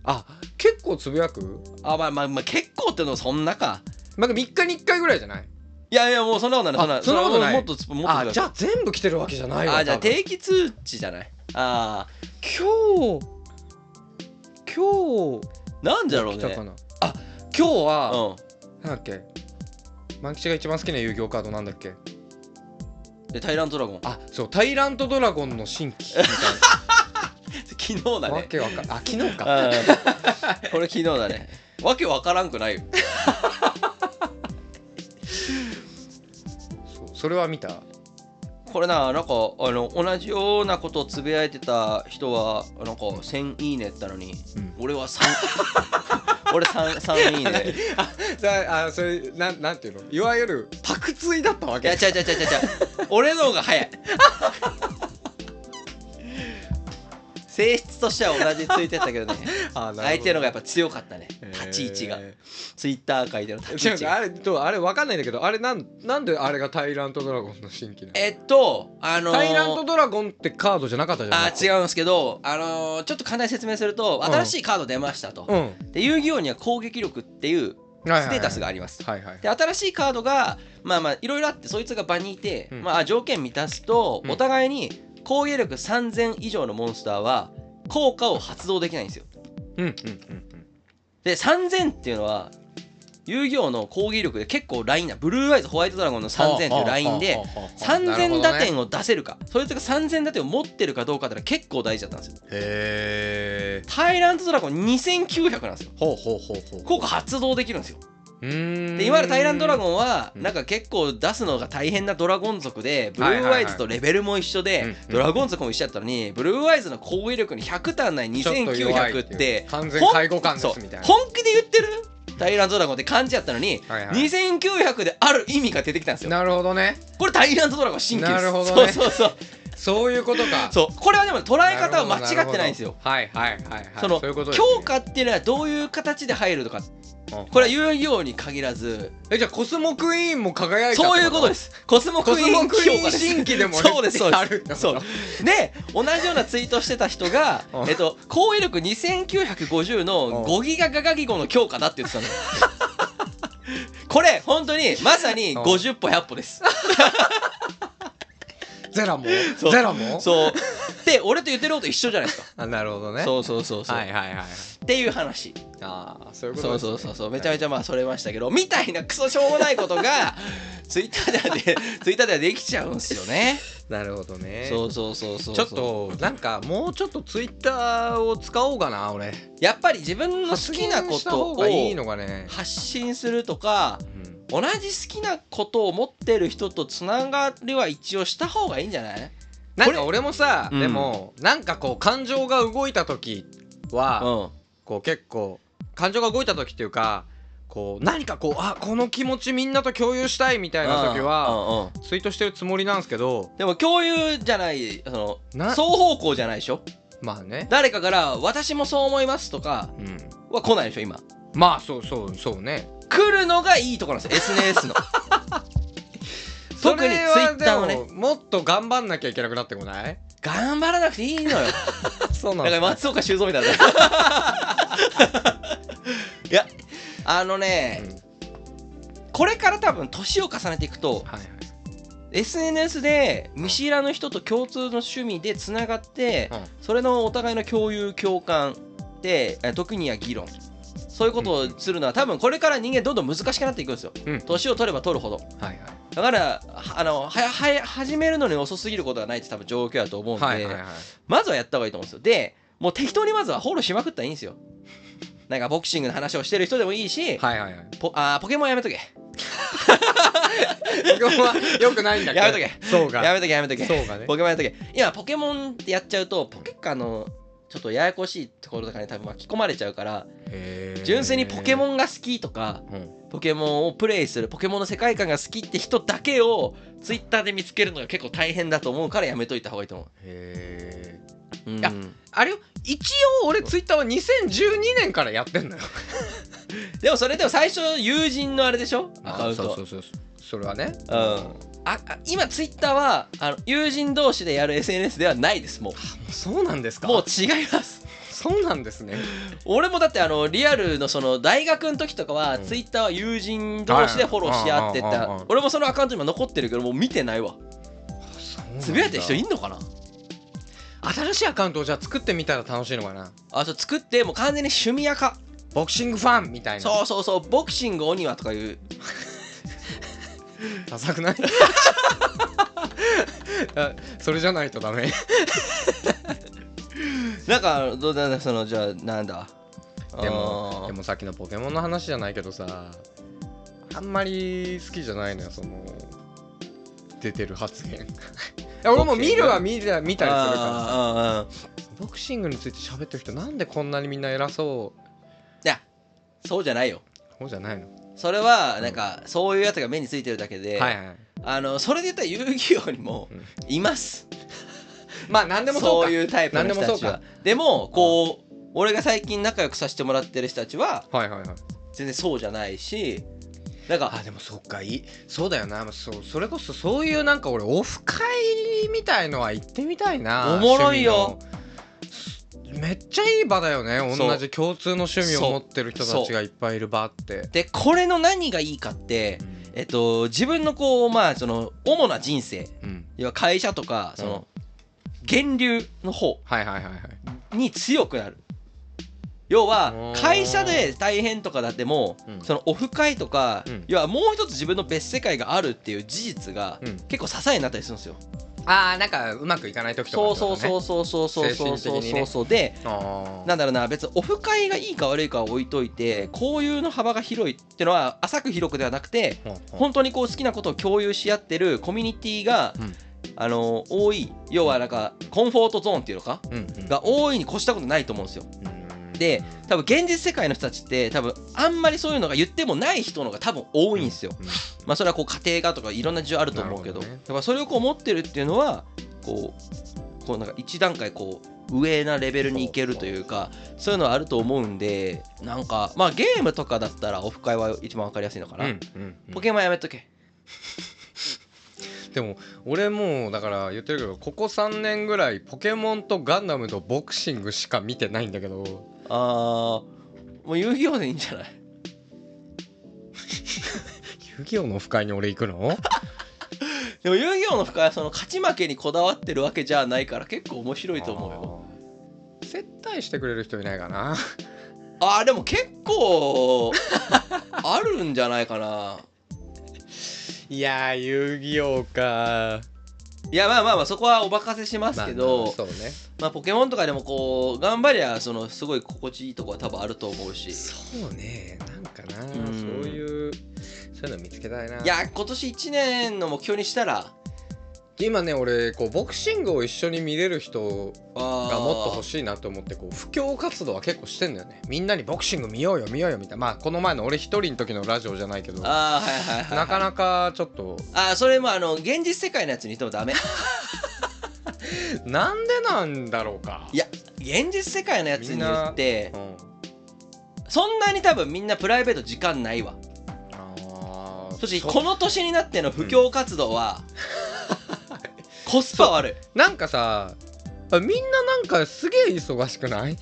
Speaker 2: あ結構つぶやく
Speaker 1: あまあまあまあ結構ってのはそんなか
Speaker 2: なんか3日に1回ぐらいじゃない
Speaker 1: いやいやもうそんなことない
Speaker 2: あそんなことない
Speaker 1: もっとつもっと
Speaker 2: あじゃ
Speaker 1: あ
Speaker 2: あ全部来てるわけじゃないわ
Speaker 1: あじゃあ
Speaker 2: 多分
Speaker 1: 定期通知じゃないあ
Speaker 2: 今日今日
Speaker 1: あなんだろう
Speaker 2: 来
Speaker 1: ね
Speaker 2: たかなあ今日は、
Speaker 1: うん
Speaker 2: なんだっけ万吉が一番好きな遊戯王カードなんだっけ
Speaker 1: でタイランドラゴン
Speaker 2: あそう「タイラントドラゴンの新 規」み
Speaker 1: 昨日だ
Speaker 2: たいなわ
Speaker 1: ね
Speaker 2: けわかんあ昨日か
Speaker 1: あーこれ昨日だね わけわからんくないよ
Speaker 2: そうそれは見 た
Speaker 1: これななんかあの同じようなことをつぶやいてた人はなんか1000いいねやったのに、
Speaker 2: うん
Speaker 1: 俺は3 俺 3, 3いいね
Speaker 2: ああそれなんなんていうのいわゆるパクツイだったわ
Speaker 1: いや違う違う違う違う違う俺の方が早い性質としては同じついてたけどね相手のがやっぱ強かったね立ち位置が、ツイッター界での立ち位置
Speaker 2: 違う
Speaker 1: が
Speaker 2: あれどうあれわかんないんだけどあれなんなんであれがタイラントドラゴンの新規なの
Speaker 1: えっとあのー
Speaker 2: タイラントドラゴンってカードじゃなかったじゃん
Speaker 1: あー違うんですけど、あのーちょっと簡単に説明すると
Speaker 2: うん
Speaker 1: 新しいカード出ましたと、
Speaker 2: うん
Speaker 1: で遊戯王には攻撃力っていう
Speaker 2: はいはい
Speaker 1: ステータスがあります。
Speaker 2: はいはい
Speaker 1: で新しいカードがまあまあいろいろあってそいつが場にいて、
Speaker 2: うん
Speaker 1: まあ、条件満たすと、
Speaker 2: うん
Speaker 1: お互いに攻撃力3000以上のモンスターは効果を発動できないんですよ
Speaker 2: うんうんうん
Speaker 1: で3000っていうのは遊戯王の攻撃力で結構ラインなブルーアイズホワイトドラゴンの3000っていうラインで3000打点
Speaker 2: を
Speaker 1: を出せるかそいつが3000打点を持ってるかどうかってのは結構大事だったんですよ
Speaker 2: へえ
Speaker 1: タイラントドラゴン2900なんですよ
Speaker 2: ほうほうほうほう
Speaker 1: 効果発動できるんですよ
Speaker 2: うーん
Speaker 1: で今までタイランドラゴンは
Speaker 2: うん
Speaker 1: なんか結構出すのが大変なドラゴン族でブルーアイズとレベルも一緒
Speaker 2: はいはい
Speaker 1: で
Speaker 2: はいうん
Speaker 1: ドラゴン族も一緒だったのにブルーアイズの攻撃力に100単ない
Speaker 2: ちょっと弱い
Speaker 1: 2900って
Speaker 2: 完全
Speaker 1: ほ
Speaker 2: 介護
Speaker 1: ん
Speaker 2: 官で
Speaker 1: そう
Speaker 2: すみたいな
Speaker 1: 本気で言ってるタイランドドラゴンって感じやったのに
Speaker 2: はいはい
Speaker 1: 2900である意味が出てきたんですよ
Speaker 2: なるほどね
Speaker 1: これタイランドドラゴン新規です
Speaker 2: なるほどね
Speaker 1: そうそうそう
Speaker 2: そういうことか
Speaker 1: そうこれはでも捉え方は間違ってないんですよ
Speaker 2: はいはいはいはい
Speaker 1: その
Speaker 2: ういうことですね
Speaker 1: 強化っていうのはどういう形で入るとか
Speaker 2: うん
Speaker 1: これは遊戯王に限らず
Speaker 2: えじゃあコスモクイーンも輝いた
Speaker 1: そういうことですす。コスモク
Speaker 2: コ
Speaker 1: イ
Speaker 2: ス
Speaker 1: ー
Speaker 2: モ
Speaker 1: ン
Speaker 2: クイ
Speaker 1: 強
Speaker 2: ー
Speaker 1: 化
Speaker 2: ン新規でも
Speaker 1: そうですそう
Speaker 2: ある
Speaker 1: です。そうで同じようなツイートしてた人が
Speaker 2: うん
Speaker 1: えっと高威力2950の5ギガガガギゴの強化だって言ってたの。これ本当にまさに
Speaker 2: うん
Speaker 1: 50歩100歩です。
Speaker 2: ゼラも
Speaker 1: そう
Speaker 2: ゼラも
Speaker 1: そう。で俺と言ってること一緒じゃないですか。
Speaker 2: あなるほどね
Speaker 1: そうそうそうそう。
Speaker 2: はいはいはい
Speaker 1: っていう話。
Speaker 2: ああそういうこと
Speaker 1: そう
Speaker 2: です
Speaker 1: そ
Speaker 2: ね
Speaker 1: うそうそうめちゃめちゃまあそれましたけどみたいなクソしょうもないことがツイッターでツイッターではできちゃうんすよね。
Speaker 2: なるほどね
Speaker 1: そうそうそうそう
Speaker 2: ち
Speaker 1: そ
Speaker 2: ょ
Speaker 1: う。
Speaker 2: っとなんかもうちょっとツイッターを使おうかな俺
Speaker 1: やっぱり自分の好きなこ
Speaker 2: 発言した
Speaker 1: と
Speaker 2: 方
Speaker 1: を
Speaker 2: がいいのがね、
Speaker 1: 発信するとか
Speaker 2: うん
Speaker 1: 同じ好きなことを持ってる人とつながりは一応した方がいいんじゃない
Speaker 2: なんか俺もさ
Speaker 1: うん
Speaker 2: でもなんかこう感情が動いた時は、
Speaker 1: うん
Speaker 2: こう結構感情が動いた時っていうかこう何かこうあこの気持ちみんなと共有したいみたいな時は
Speaker 1: うんうんうん
Speaker 2: ツイートしてるつもりなんですけど
Speaker 1: でも共有じゃないその
Speaker 2: な
Speaker 1: 双方向じゃないでしょ
Speaker 2: まあね、
Speaker 1: 誰かから「私もそう思います」とか
Speaker 2: うん、
Speaker 1: は来ないでしょ今
Speaker 2: まあそうそうそうね
Speaker 1: 来るのがいいところなんですよ SNS の特にツイッター
Speaker 2: そ
Speaker 1: は
Speaker 2: れ
Speaker 1: ね
Speaker 2: はでももっと頑張んなきゃいけなくなってこない
Speaker 1: 頑張らなくていいのよ
Speaker 2: そうな
Speaker 1: だから松岡修造み たいないやあのね、
Speaker 2: うん
Speaker 1: これから多分年を重ねていくと
Speaker 2: はいはい
Speaker 1: SNS で見知らぬ人と共通の趣味でつながって、
Speaker 2: うん
Speaker 1: それのお互いの共有共感でえ時には議論そういうことをするのは多分これから人間どんどん難しくなっていくんですよ
Speaker 2: うん
Speaker 1: 年を取れば取るほど
Speaker 2: はいはい
Speaker 1: だからはあのははや始めるのに遅すぎることはないって多分状況だと思うんで、
Speaker 2: はいはいはい
Speaker 1: まずはやった方がいいと思うんですよでもう適当にまずはフォローしまくったらいいんですよなんかボクシングの話をしてる人でもいいし、
Speaker 2: はいはいはい
Speaker 1: ポあーポケモンやめとけ
Speaker 2: よくないんだっけ
Speaker 1: やめとけ
Speaker 2: そうが
Speaker 1: やめとけやめとけ
Speaker 2: そうがね
Speaker 1: ポケモンやった時今ポケモンってやっちゃうとポケッカのちょっとややこしいところとかに多分巻き込まれちゃうから純粋にポケモ
Speaker 2: ン
Speaker 1: ンが好きとか
Speaker 2: うん
Speaker 1: ポケモンをプレイするポケモンの世界観が好きって人だけをツイッターで見つけるのが結構大変だと思うからやめといた方がいいと思
Speaker 2: へー
Speaker 1: う、うん
Speaker 2: いやあれよ一応俺ツイッターは2012年からやってんのよ
Speaker 1: でもそれでも最初友人のあれでしょアカウン
Speaker 2: そう
Speaker 1: ト
Speaker 2: そうそうそうそれはね
Speaker 1: うんああ今ツイッターはあの友人同士でやる SNS ではないですもう
Speaker 2: そうなんですか
Speaker 1: もう違います
Speaker 2: そうなんですね
Speaker 1: 俺もだってあのリアルのその大学の時とかは
Speaker 2: うん
Speaker 1: ツイッターは友人同士でフォローし合って
Speaker 2: はいはいはい
Speaker 1: た
Speaker 2: はい
Speaker 1: 俺もそのアカウント今残ってるけどもう見てないわつぶやいてる人いんのかな
Speaker 2: 新しいアカウントをじゃあ作ってみたら楽しいのかな
Speaker 1: あそう作ってもう完全に趣味やか
Speaker 2: ボクシングファンみたいな
Speaker 1: そうそうそうボクシング鬼はとかいう
Speaker 2: ダサくない あそれじゃないとダメ
Speaker 1: なんかどうだそのじゃあなんだ
Speaker 2: でも
Speaker 1: あー
Speaker 2: でもさっきのポケモンの話じゃないけどさあんまり好きじゃないのよその出てる発 言いや俺も見るは見る見たりするか
Speaker 1: あーあ
Speaker 2: らさ
Speaker 1: ーあー
Speaker 2: ボクシングについて喋ってる人なんでこんなにみんな偉そう
Speaker 1: いやそうじゃないよ
Speaker 2: そうじゃないの、
Speaker 1: それはなんかそういうやつが目についてるだけで、
Speaker 2: はいはい
Speaker 1: あのそれで言ったら遊戯王にも
Speaker 2: うん
Speaker 1: います
Speaker 2: まあ何でもそう
Speaker 1: そ
Speaker 2: か
Speaker 1: ういうタイプの人たち
Speaker 2: 何でもそ
Speaker 1: は
Speaker 2: う
Speaker 1: でもこう俺が最近仲良くさせてもらってる人たちは
Speaker 2: はいはいはい
Speaker 1: 全然そうじゃないしなんか
Speaker 2: あでもそっかいいそうだよなそうそれこそそういうなんか俺オフ会みたいのは行ってみたいな
Speaker 1: おもろいよ
Speaker 2: 趣味のめっちゃいい場だよね
Speaker 1: そう
Speaker 2: 同じ共通の趣味を持ってる人たちがいっぱいいる場って
Speaker 1: でこれの何がいいかってえっと自分のこうまあその主な人生
Speaker 2: うん
Speaker 1: 要は会社とかその源流の方
Speaker 2: はいはいはいはい
Speaker 1: に強くなる要は
Speaker 2: おー
Speaker 1: 会社で大変とかだっても
Speaker 2: うん
Speaker 1: そのオフ会とか
Speaker 2: うん
Speaker 1: 要はもう一つ自分の別世界があるっていう事実が
Speaker 2: うん
Speaker 1: 結構支えになったりするんですよ
Speaker 2: ああなんかうまくいかない時とか
Speaker 1: そうそうそううそうそうそうそうそう
Speaker 2: 精神的に
Speaker 1: そ
Speaker 2: ね
Speaker 1: うそうで
Speaker 2: あ
Speaker 1: なんだろうな別にオフ会がいいか悪いかは置いといて交友の幅が広いっていうのは浅く広くではなくて
Speaker 2: ほん
Speaker 1: 本当にこう好きなことを共有し合ってるコミュニティが、
Speaker 2: うん
Speaker 1: あの多い要はなんかコンフォートゾーンっていうのか
Speaker 2: うん
Speaker 1: が多いに越したことないと思うんですよ
Speaker 2: うん
Speaker 1: で多分現実世界の人たちって多分あんまりそういうのが言ってもない人のが多分多いんですよ、
Speaker 2: うん
Speaker 1: まあそれはこう家庭がとかいろんな事情あると思うけど
Speaker 2: なるほどね
Speaker 1: だからそれをこう持ってるっていうのはこうこうなんか一段階こう上なレベルにいけるというかそういうのはあると思うんでなんかまあゲームとかだったらオフ会は一番わかりやすいのかな、
Speaker 2: うんうんうん
Speaker 1: ポケモンやめとけ
Speaker 2: でも俺もうだから言ってるけどここ3年ぐらいポケモンとガンダムとボクシングしか見てないんだけど
Speaker 1: あーもう遊戯王でいいんじゃない
Speaker 2: 遊戯王のオフ会に俺行くの
Speaker 1: でも遊戯王の深いはその勝ち負けにこだわってるわけじゃないから結構面白いと思うよ
Speaker 2: あー接待してくれる人いないかな
Speaker 1: あーでも結構あるんじゃないかない
Speaker 2: やー遊戯王か
Speaker 1: いやまあまあまあそこはお任せしますけ
Speaker 2: まあまあ
Speaker 1: ど
Speaker 2: そうね
Speaker 1: まあポケモンとかでもこう頑張りゃそのすごい心地いいとこは多分あると思うし
Speaker 2: そうねなんかな
Speaker 1: うん
Speaker 2: そういうそういうの見つけたいない
Speaker 1: や今年1年の目標にしたら
Speaker 2: 今ね俺こうボクシングを一緒に見れる人が
Speaker 1: が
Speaker 2: もっと
Speaker 1: い
Speaker 2: 欲しいなと思ってこう布教活動は結構してんだよねみんなにボクシング見ようよ見ようよみたいなまあこの前の俺一人の時のラジオじゃないけどな
Speaker 1: あーはいはいはい、
Speaker 2: か
Speaker 1: か
Speaker 2: なかちょっと
Speaker 1: あーそれもあの現実世界のやつに言ってもダメ
Speaker 2: なんでなんだろうか
Speaker 1: いや現実世界のやつに言って
Speaker 2: うん
Speaker 1: そんなに多分みんなプライベート時間ない わ
Speaker 2: あー
Speaker 1: そして
Speaker 2: そう
Speaker 1: この年になっての布教活動は、 コスパ悪い
Speaker 2: なんかさみんななんかすげえ忙しくない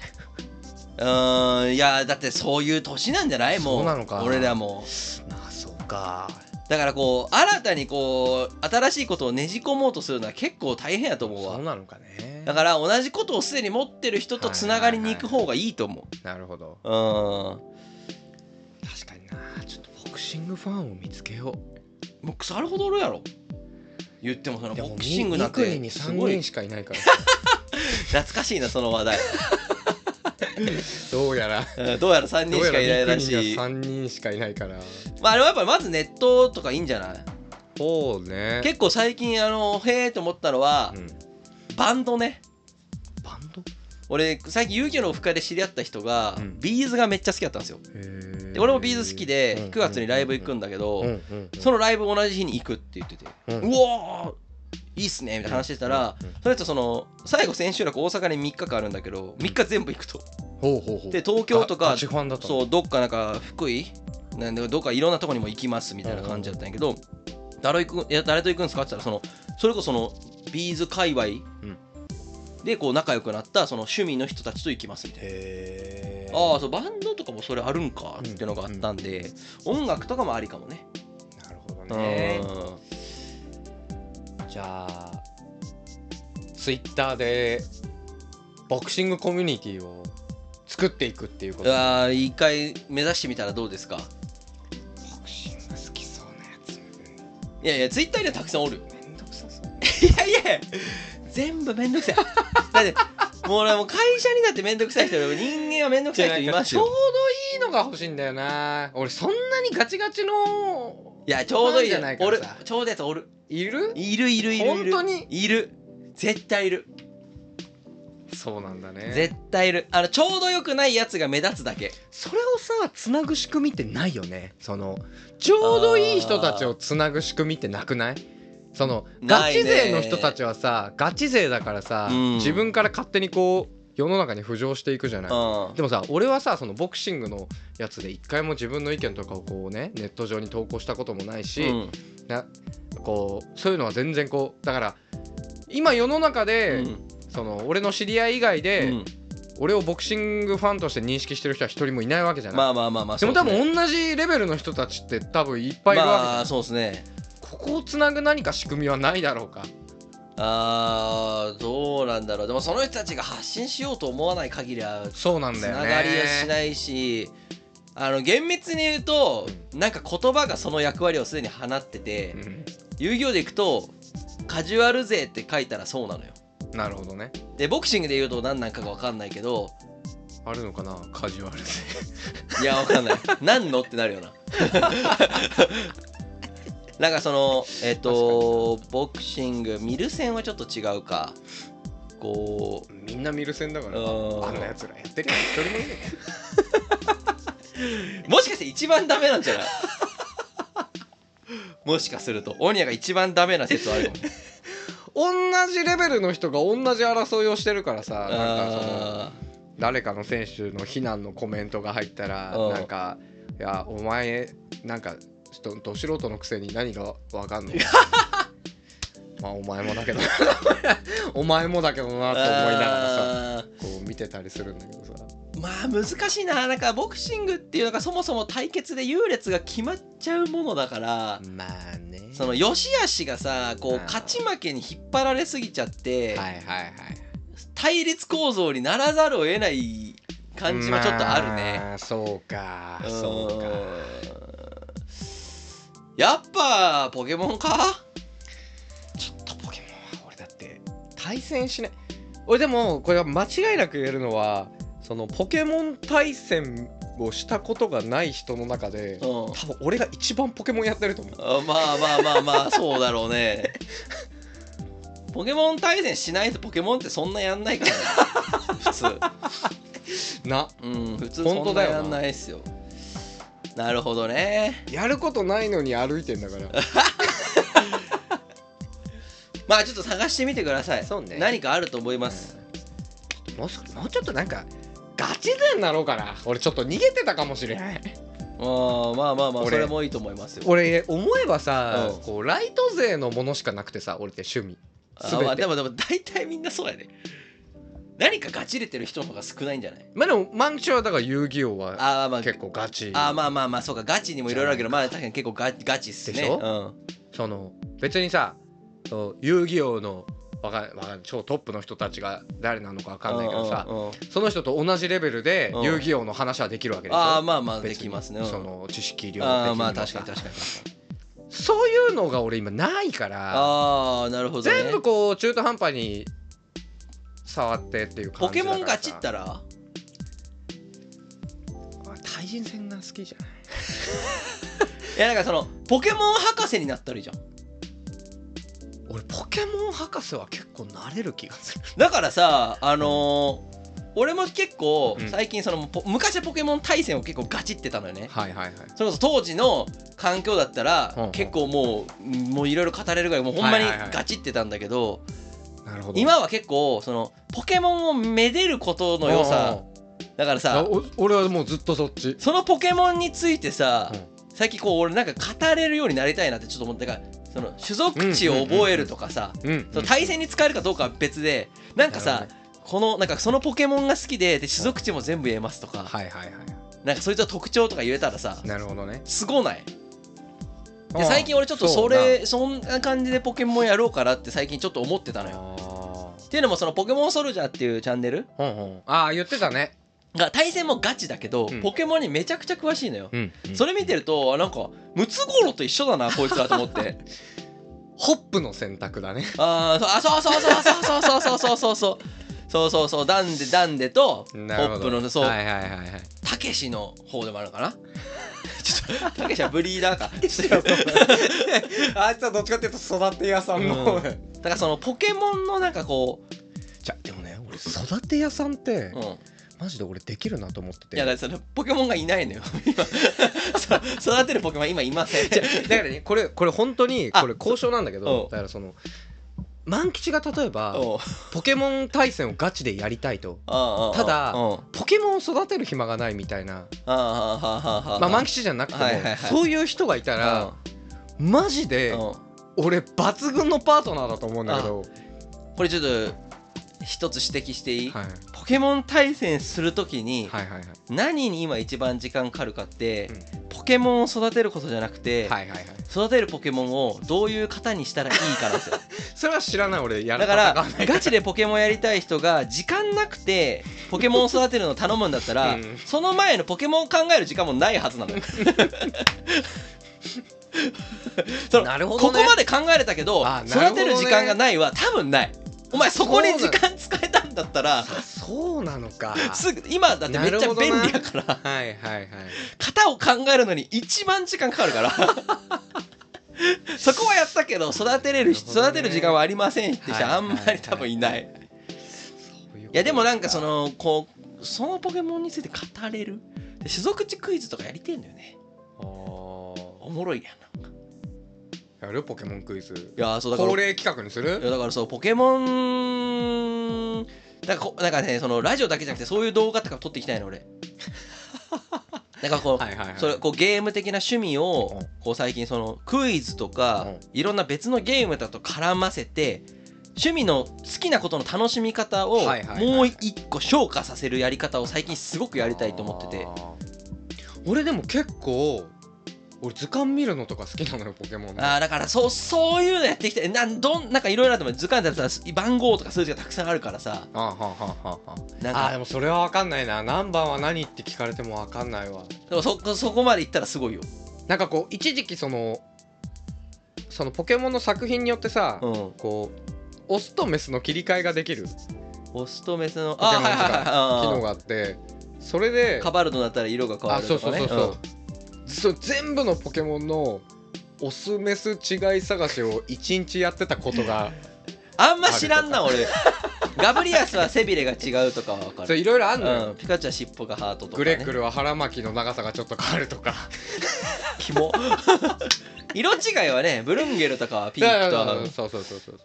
Speaker 2: う
Speaker 1: ーんいやだってそういう年なんじゃないもう
Speaker 2: そうなのか
Speaker 1: 俺らも
Speaker 2: あそうか
Speaker 1: だからこう新たにこう新しいことをねじ込もうとするのは結構大変やと思う
Speaker 2: そう
Speaker 1: わ
Speaker 2: なのかね
Speaker 1: だから同じことをすでに持ってる人とつながりに行く方がいいと思
Speaker 2: なるほど
Speaker 1: う、
Speaker 2: 確かになちょっとボクシングファンを見つけ
Speaker 1: う
Speaker 2: よう
Speaker 1: ーんもう腐るほどおるやろ言ってもその
Speaker 2: でも
Speaker 1: ボクシングなん
Speaker 2: に
Speaker 1: て
Speaker 2: に
Speaker 1: す
Speaker 2: 3
Speaker 1: ごい
Speaker 2: 人しかいないから
Speaker 1: 懐かしいなその話題、
Speaker 2: どうやら
Speaker 1: うんどうやら3
Speaker 2: ど
Speaker 1: 人
Speaker 2: う
Speaker 1: し
Speaker 2: や
Speaker 1: からいないら
Speaker 2: 三
Speaker 1: しい
Speaker 2: 3人しかいないから
Speaker 1: まあでもやっぱまずネットとかいいんじゃない
Speaker 2: そうね
Speaker 1: 結構最近あのへえと思ったのは、
Speaker 2: うん
Speaker 1: バンドね
Speaker 2: バンド
Speaker 1: 俺最近遊戯王のオフ会で知り合った人が、
Speaker 2: うん
Speaker 1: ビーズがめっちゃ好きだったんですよ
Speaker 2: へ
Speaker 1: で俺もビーズ好きで
Speaker 2: うん
Speaker 1: 9月にライブ行くんだけど、
Speaker 2: うんうんうん
Speaker 1: そのライブ同じ日に行くって言ってて、う
Speaker 2: う
Speaker 1: んおーいいっすねみたいな話してたら、
Speaker 2: うんうん
Speaker 1: それとその最後千秋楽大阪に3日間あるんだけど3日全部行くと、
Speaker 2: ほうほうほう
Speaker 1: で東京と
Speaker 2: あ
Speaker 1: か
Speaker 2: ガチファンだった
Speaker 1: そううどっかなんか福井なんでどっかいろんなとこにも行きますみたいな感じだったんやけど、誰行くいや誰と行くんですかって言ったらそのそれこそそのビーズ界隈
Speaker 2: ん
Speaker 1: でこう仲良くなったその趣味の人たちと行きますみたいな。
Speaker 2: へえ
Speaker 1: ああそうバンドとかもそれあるんかっていうのがあったんで、音楽とかもありかもね。
Speaker 2: なるほど
Speaker 1: うん
Speaker 2: ねじゃあツイッターでボクシングコミュニティを作っていくっていうことボ
Speaker 1: あー一回目指してみたらどうですか
Speaker 2: クシング好きそうなやつ
Speaker 1: い やいやツイッターにはたくさんおるよ
Speaker 2: めんどくさそう
Speaker 1: いやいや全部めんどくさい だってもう俺もう会社になってめんどくさい人人間はめんどくさい人います
Speaker 2: ちょう
Speaker 1: よ
Speaker 2: どいいのが欲しいんだよな俺そんなにガチガチの
Speaker 1: いやちょうどいい
Speaker 2: ファンじゃ
Speaker 1: よ
Speaker 2: ないか
Speaker 1: お
Speaker 2: ら
Speaker 1: る
Speaker 2: さ
Speaker 1: ちょうどやつおる
Speaker 2: いる
Speaker 1: いるいるいるい
Speaker 2: 本
Speaker 1: る
Speaker 2: 当に
Speaker 1: いる絶対いる
Speaker 2: そうなんだね
Speaker 1: 絶対いるあのちょうどよくないやつが目立つだけ
Speaker 2: それをさつなぐ仕組みってないよねそのちょうどいい人たちをつなぐ仕組みってなくないその
Speaker 1: な
Speaker 2: ガ
Speaker 1: いね
Speaker 2: チ勢の人たちはさガチ勢だからさ、
Speaker 1: うん
Speaker 2: 自分から勝手にこう世の中に浮上していくじゃな
Speaker 1: う
Speaker 2: い
Speaker 1: ん、は
Speaker 2: でもさ俺はさそのボクシングのやつで一回も自分の意見とかをこうねネット上に投稿したこともないし、なこうそういうのは全然こうだから今世の中で、
Speaker 1: うん
Speaker 2: その俺の知り合い以外で、
Speaker 1: うん
Speaker 2: 俺をボクシングファンとして認識してる人は一人もいないわけじゃない、
Speaker 1: まあまあまあまあ
Speaker 2: でも
Speaker 1: そ
Speaker 2: 多
Speaker 1: うすね
Speaker 2: 分同じレベルの人たちって多分いっぱいいるわけじゃ
Speaker 1: ま
Speaker 2: な
Speaker 1: あ
Speaker 2: い、
Speaker 1: そうですね
Speaker 2: ここをつなぐ何か仕組みはないだろうか
Speaker 1: あーどうなんだろうでもその人たちが発信しようと思わない限りは
Speaker 2: そうなん
Speaker 1: つ
Speaker 2: だよね
Speaker 1: ながりはしないしあの厳密に言うとなんか言葉がその役割をすでに放ってて
Speaker 2: うん
Speaker 1: 遊戯王でいくと「カジュアル勢」って書いたらそうなのよ
Speaker 2: なるほどね
Speaker 1: でボクシングで言うと何なんかが分かんないけど
Speaker 2: あるのかなカジュアルで
Speaker 1: いや分かんない何のってなるよな なんかそのえっ、とボクシング見る線はちょっと違うかこう
Speaker 2: みんな見る線だか
Speaker 1: う
Speaker 2: らあんな
Speaker 1: ー
Speaker 2: やつらやってるや つ一人もいない
Speaker 1: んもしかして一番ダメなんじゃないもしかするとオニアが一番ダメな説はあ るかも
Speaker 2: 同じレベルの人が同じ争いをしてるからさなんかその
Speaker 1: あ
Speaker 2: 誰かの選手の非難のコメントが入ったら
Speaker 1: うん
Speaker 2: なんか「いやお前なんかどど素人のくせに何がわか んの? 」まあお前もだけど お前もだけどな
Speaker 1: ー
Speaker 2: と思いながらさ
Speaker 1: あ
Speaker 2: こう見てたりするんだけどさ
Speaker 1: ーまあ難しいななんかボクシングっていうのがそもそも対決で優劣が決まっちゃうものだから、
Speaker 2: まあね
Speaker 1: その良し悪しがさこう
Speaker 2: あー
Speaker 1: 勝ち負けに引っ張られすぎちゃって、
Speaker 2: はいはいはい
Speaker 1: 対立構造にならざるを得ない感じはちょっとあるね。
Speaker 2: まあそうか
Speaker 1: うん
Speaker 2: そうか
Speaker 1: やっぱポケモンか
Speaker 2: ちょっとポケモンは俺だって対戦しない俺でもこれは間違いなく言えるのはそのポケモン対戦をしたことがない人の中で
Speaker 1: うん
Speaker 2: 多分俺が一番ポケモンやってると思う
Speaker 1: あまあまあまあまあそうだろうね。 ポケモン対戦しないとポケモンってそんなやんないからね 普通。
Speaker 2: な
Speaker 1: うん普通
Speaker 2: 本
Speaker 1: そ
Speaker 2: 当
Speaker 1: んな
Speaker 2: だよな
Speaker 1: やんないっすよ。なるほどね。
Speaker 2: やることないのに歩いてんだから
Speaker 1: まあちょっと探してみてください。
Speaker 2: そうね
Speaker 1: 何かあると思います。
Speaker 2: もうそもうちょっとなんかガチ勢になろうかな俺ちょっと逃げてたかもしれない
Speaker 1: あーまあまあまあ
Speaker 2: 俺
Speaker 1: それもいいと思いますよ。
Speaker 2: 俺思えばさ
Speaker 1: うん
Speaker 2: こうライト勢のものしかなくてさ俺って趣味
Speaker 1: あ
Speaker 2: 全て
Speaker 1: まあでもでも大体みんなそうやね何かガチれてる人の方が少ないんじゃない
Speaker 2: まあでもマンチはだから遊戯王は
Speaker 1: あーまあ
Speaker 2: 結構ガチ
Speaker 1: あーまあまあまあそうかガチにもいろいろあるけど
Speaker 2: じゃ
Speaker 1: ま
Speaker 2: な
Speaker 1: あ確かに結構ガガチっすね
Speaker 2: でしょ
Speaker 1: うん
Speaker 2: その別にさそう遊戯王のわかわかん超トップの人たちが誰なのかわかんないけどさ
Speaker 1: うんうんうん
Speaker 2: その人と同じレベルで
Speaker 1: うん
Speaker 2: 遊戯王の話はできるわけでしょ
Speaker 1: ああまあまあで
Speaker 2: 別に
Speaker 1: きますねうん
Speaker 2: その知識量的
Speaker 1: ああ
Speaker 2: に
Speaker 1: まあ
Speaker 2: も
Speaker 1: 確か
Speaker 2: さ
Speaker 1: に確かに確かに
Speaker 2: そういうのが俺今ないから
Speaker 1: ああなるほどね
Speaker 2: 全部こう中途半端に触ってっていう
Speaker 1: ポ
Speaker 2: 感じ
Speaker 1: ケ
Speaker 2: だから
Speaker 1: モ
Speaker 2: さ
Speaker 1: ンガチったら
Speaker 2: あ対人戦が好きじゃない
Speaker 1: いやなんかそのポケモン博士になったらいいじゃん
Speaker 2: 俺ポケモン博士は結構慣れる気がする
Speaker 1: だからさあのー俺も結構
Speaker 2: うん
Speaker 1: 最近そのポ昔はポケモン対戦を結構ガチってたのよね
Speaker 2: はいはいはい
Speaker 1: それこそ当時の環境だった
Speaker 2: うんう
Speaker 1: ら
Speaker 2: ん
Speaker 1: 結構もうもういろいろ語れるぐらいもうほんまに
Speaker 2: はいはいはい
Speaker 1: ガチってたんだけど
Speaker 2: なるほど
Speaker 1: 今は結構そのポケモンをめでることの良さだから
Speaker 2: あ
Speaker 1: さ
Speaker 2: お俺はもうずっとそっち
Speaker 1: そのポケモンについてさ
Speaker 2: うん
Speaker 1: 最近こう俺なんか語れるようになりたいなってちょっと思ってだからその種族値を覚えるとかさ
Speaker 2: うん
Speaker 1: その対戦に使えるかどうかは別でなんかさこのなんかそのポケモンが好きでで種族値も全部言えますとか
Speaker 2: はいはいはい
Speaker 1: なんかそいつの特徴とか言えたらさ
Speaker 2: なるほどね
Speaker 1: すごないで最近俺ちょっとそれそんな感じでポケモンやろうかなって最近ちょっと思ってたのよ。っていうのもそのポケモンソルジャーっていうチャンネル
Speaker 2: ほんほんああ言ってたね
Speaker 1: が対戦もガチだけど、
Speaker 2: うん
Speaker 1: ポケモンにめちゃくちゃ詳しいのよ。
Speaker 2: うん
Speaker 1: それ見てるとあなんかムツゴロウと一緒だなこいつらと思って
Speaker 2: ホップの選択だね
Speaker 1: あーそうあそうそうそうそうそうそうそうそうそうそうそうそうダンデダンデとホップのそう
Speaker 2: はいはいはいはい
Speaker 1: たけしの方でもあるのかなちょっとたけしはブリーダーか
Speaker 2: あいつはどっちかっていうと育て屋さんの方
Speaker 1: うんだからそのポケモンのなんかこ
Speaker 2: じゃでもね俺育て屋さんって
Speaker 1: う、うん、
Speaker 2: マジで俺できるなと思ってて
Speaker 1: いやだからそのポケモンがいないのよ 今そう育てるポケモンは今いません
Speaker 2: だからねこれこれ本当に
Speaker 1: あ
Speaker 2: これ交渉なんだけ
Speaker 1: う
Speaker 2: ど
Speaker 1: ん
Speaker 2: だからその万吉が例え ば
Speaker 1: おう
Speaker 2: ポケモン対戦をガチでやりたいと
Speaker 1: ああああ
Speaker 2: ただ
Speaker 1: うん
Speaker 2: ポケモンを育てる暇がないみたいな
Speaker 1: ああああああああ
Speaker 2: まあ満吉じゃなくても
Speaker 1: はいはいはい
Speaker 2: そういう人がいたらマジで
Speaker 1: うんうん
Speaker 2: 俺抜群のパートナーだと思うんだけど
Speaker 1: これちょっと一つ指摘していい、
Speaker 2: はい
Speaker 1: ポケモン対戦するときに、
Speaker 2: はいはいはい
Speaker 1: 何に今一番時間かかるかって、
Speaker 2: う
Speaker 1: ポケモンを育てることじゃなくて、
Speaker 2: はいはいはい
Speaker 1: 育てるポケモンをどういう方にしたらいいかなんですよ
Speaker 2: それは知らない俺や
Speaker 1: だから
Speaker 2: らなかった
Speaker 1: ガチでポケモンやりたい人が時間なくてポケモンを育てるのを頼むんだったら、
Speaker 2: うん
Speaker 1: その前のポケモンを考える時間もないはずなのよ その
Speaker 2: なるほ
Speaker 1: こ
Speaker 2: ど、ね、
Speaker 1: こまで考えれたけど
Speaker 2: あなるほどね
Speaker 1: 育てる時間がないは多分ないお前そこに時間使えたんだったら
Speaker 2: あそうなのか
Speaker 1: すぐ今だってめっちゃ便利やから
Speaker 2: はいはいはい
Speaker 1: 型を考えるのに一番時間かか るからそこはやったけど育てれるし
Speaker 2: なるほどね
Speaker 1: 育てる時間はありませんって人
Speaker 2: はい
Speaker 1: あんまり多分いない、
Speaker 2: はいはそううこと
Speaker 1: やでもなんかそのこうそのポケモンについて語れるで種族値クイズとかやりてんだよね
Speaker 2: あ
Speaker 1: おもろいやんなんか
Speaker 2: ーやるポケモンクイズ
Speaker 1: いやーそうだから
Speaker 2: 恒例企画にす
Speaker 1: い
Speaker 2: る
Speaker 1: やだからそうポケモンなんかこなんかねそのラジオだけじゃなくてそういう動画とか撮っていきたいの 俺なんかこう、
Speaker 2: はいはいはい
Speaker 1: それこうゲーム的な趣味を
Speaker 2: うん
Speaker 1: こう最近そのクイズとか
Speaker 2: うん
Speaker 1: いろんな別のゲームだと絡ませて趣味の好きなことの楽しみ方を
Speaker 2: はいはいはい
Speaker 1: もう一個昇華させるやり方を最近すごくやりたいと思ってて
Speaker 2: あー俺でも結構俺図鑑見るのとか好きなのよポケモンの
Speaker 1: あーだからそうそういうのやっていきたいなんどんなんかいろいろあっても図鑑だったらさ番号とか数字がたくさんあるからさ
Speaker 2: あはははは
Speaker 1: なん
Speaker 2: あーで
Speaker 1: か
Speaker 2: もそれは分かんないな何番は何って聞かれても分かんないわ
Speaker 1: でもそこそこまでいったらすごいよ。
Speaker 2: なんかこう一時期そのそのポケモンの作品によってさ、
Speaker 1: うん、
Speaker 2: こうオスとメスの切り替えができる
Speaker 1: オスとメスの
Speaker 2: ポケモン
Speaker 1: はいはいはい
Speaker 2: と機能があってそれで
Speaker 1: カバルドだったら色が変わ
Speaker 2: あ
Speaker 1: る
Speaker 2: そ
Speaker 1: と
Speaker 2: うそ
Speaker 1: か
Speaker 2: う
Speaker 1: ね
Speaker 2: そうそう,、そう全部のポケモンのオスメス違い探しを一日やってたことが
Speaker 1: あんま知らんな俺ガブリアスは背びれが違うとかは分か
Speaker 2: そう
Speaker 1: る
Speaker 2: いろいろあんのよ、
Speaker 1: うん、ピカチュウは尻尾がハートとか、
Speaker 2: グ
Speaker 1: ね、
Speaker 2: レクルは腹巻きの長さがちょっと変わるとか
Speaker 1: キモ 色違いはねブルンゲルとかはピンクとは
Speaker 2: そう そうそうそうそう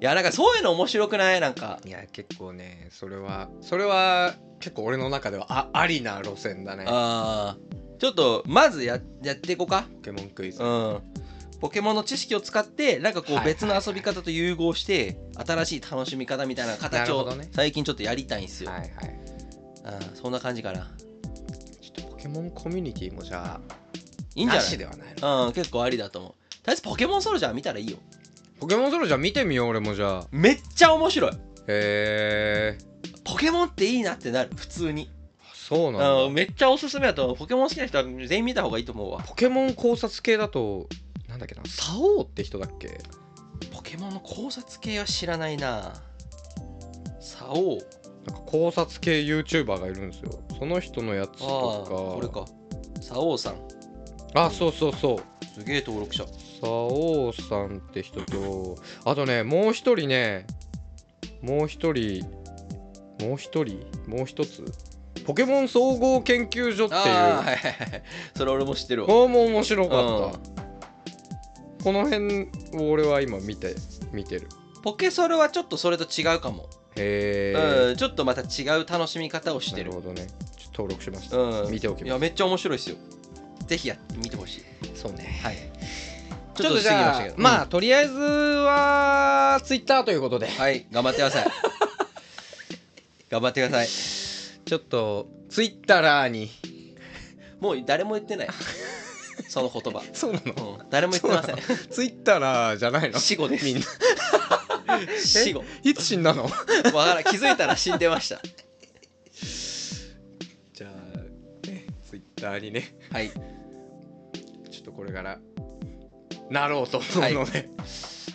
Speaker 1: いやなんかそういうの面白くないなんか
Speaker 2: いや結構ねそれはそれは結構俺の中ではあありな路線だね
Speaker 1: あーちょっとまずややっていこうか
Speaker 2: ポケモンクイズ、
Speaker 1: うんポケモンの知識を使ってなんかこ
Speaker 2: は
Speaker 1: う
Speaker 2: いはい
Speaker 1: 別の遊び方と融合して新しい楽しみ方みたいな
Speaker 2: な
Speaker 1: 形
Speaker 2: るほ
Speaker 1: を
Speaker 2: どね
Speaker 1: 最近ちょっとやりたいんですよ、
Speaker 2: はいはい
Speaker 1: あーそんな感じかない
Speaker 2: ちょっとポケモンコミュニティもじゃあ
Speaker 1: いんじゃ
Speaker 2: な
Speaker 1: ない
Speaker 2: しではないの
Speaker 1: うん、結構ありだと思う。とりあえずポケモンソルジャー見たらいいよ。
Speaker 2: ポケモンソロじゃあ見てみよう俺もじゃあ
Speaker 1: めっちゃ面白い。
Speaker 2: へえ
Speaker 1: ポケモンっていいなってなる、普通に。
Speaker 2: そうなんだ
Speaker 1: うん、めっちゃおすすめだと思う。ポケモン好きな人は全員見た方がいいと思うわ。
Speaker 2: ポケモン考察系だとなんだっけなサオウって人だっけ
Speaker 1: ポケモンの考察系は知らないな。サオウ。
Speaker 2: なんか考察系 YouTuber がいるんですよその人のやつ
Speaker 1: ああ、
Speaker 2: とか
Speaker 1: これか。サオウさん。
Speaker 2: あそうそうそう
Speaker 1: すげえ登録者。
Speaker 2: サオウさんって人とあとねもう一人ねもう一人もう一人もう一つポケモン総合研究所って
Speaker 1: ああ、
Speaker 2: いう
Speaker 1: はいはいはい。それ俺も知ってるわ。
Speaker 2: もうもう面白かったこの辺を俺は今見て見てる
Speaker 1: ポケソルはちょっとそれと違うかも。
Speaker 2: へえ、
Speaker 1: うん、ちょっとまた違う楽しみ方をしてる
Speaker 2: な。るほどねちょっと登録しました、
Speaker 1: うん、
Speaker 2: 見ておき
Speaker 1: い
Speaker 2: ま
Speaker 1: や、めっちゃ面白いですよ。ぜひやってみてほしい。
Speaker 2: すそうね
Speaker 1: はい。
Speaker 2: ちょっとじゃあまあ、とりあえずはツイッターということで
Speaker 1: うんはい、頑張ってください。 頑張ってください。
Speaker 2: ちょっとツイッターに
Speaker 1: もう誰も言ってない。その言葉。
Speaker 2: そうなの
Speaker 1: うん、誰も言ってません。
Speaker 2: ツイッターじゃないの
Speaker 1: 死後です
Speaker 2: みんな
Speaker 1: 死後。
Speaker 2: いつ死んだの
Speaker 1: わからん気づいたら死んでました。
Speaker 2: じゃあねツイッターにね
Speaker 1: はい。
Speaker 2: ちょっとこれからなろうと思うので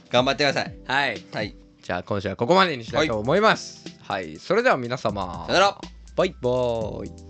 Speaker 1: 頑張ってください。
Speaker 2: はい、
Speaker 1: はい。
Speaker 2: じゃあ今週はここまでにしたいと思いますはい、それでは皆様
Speaker 1: さよなら。
Speaker 2: バイバーイ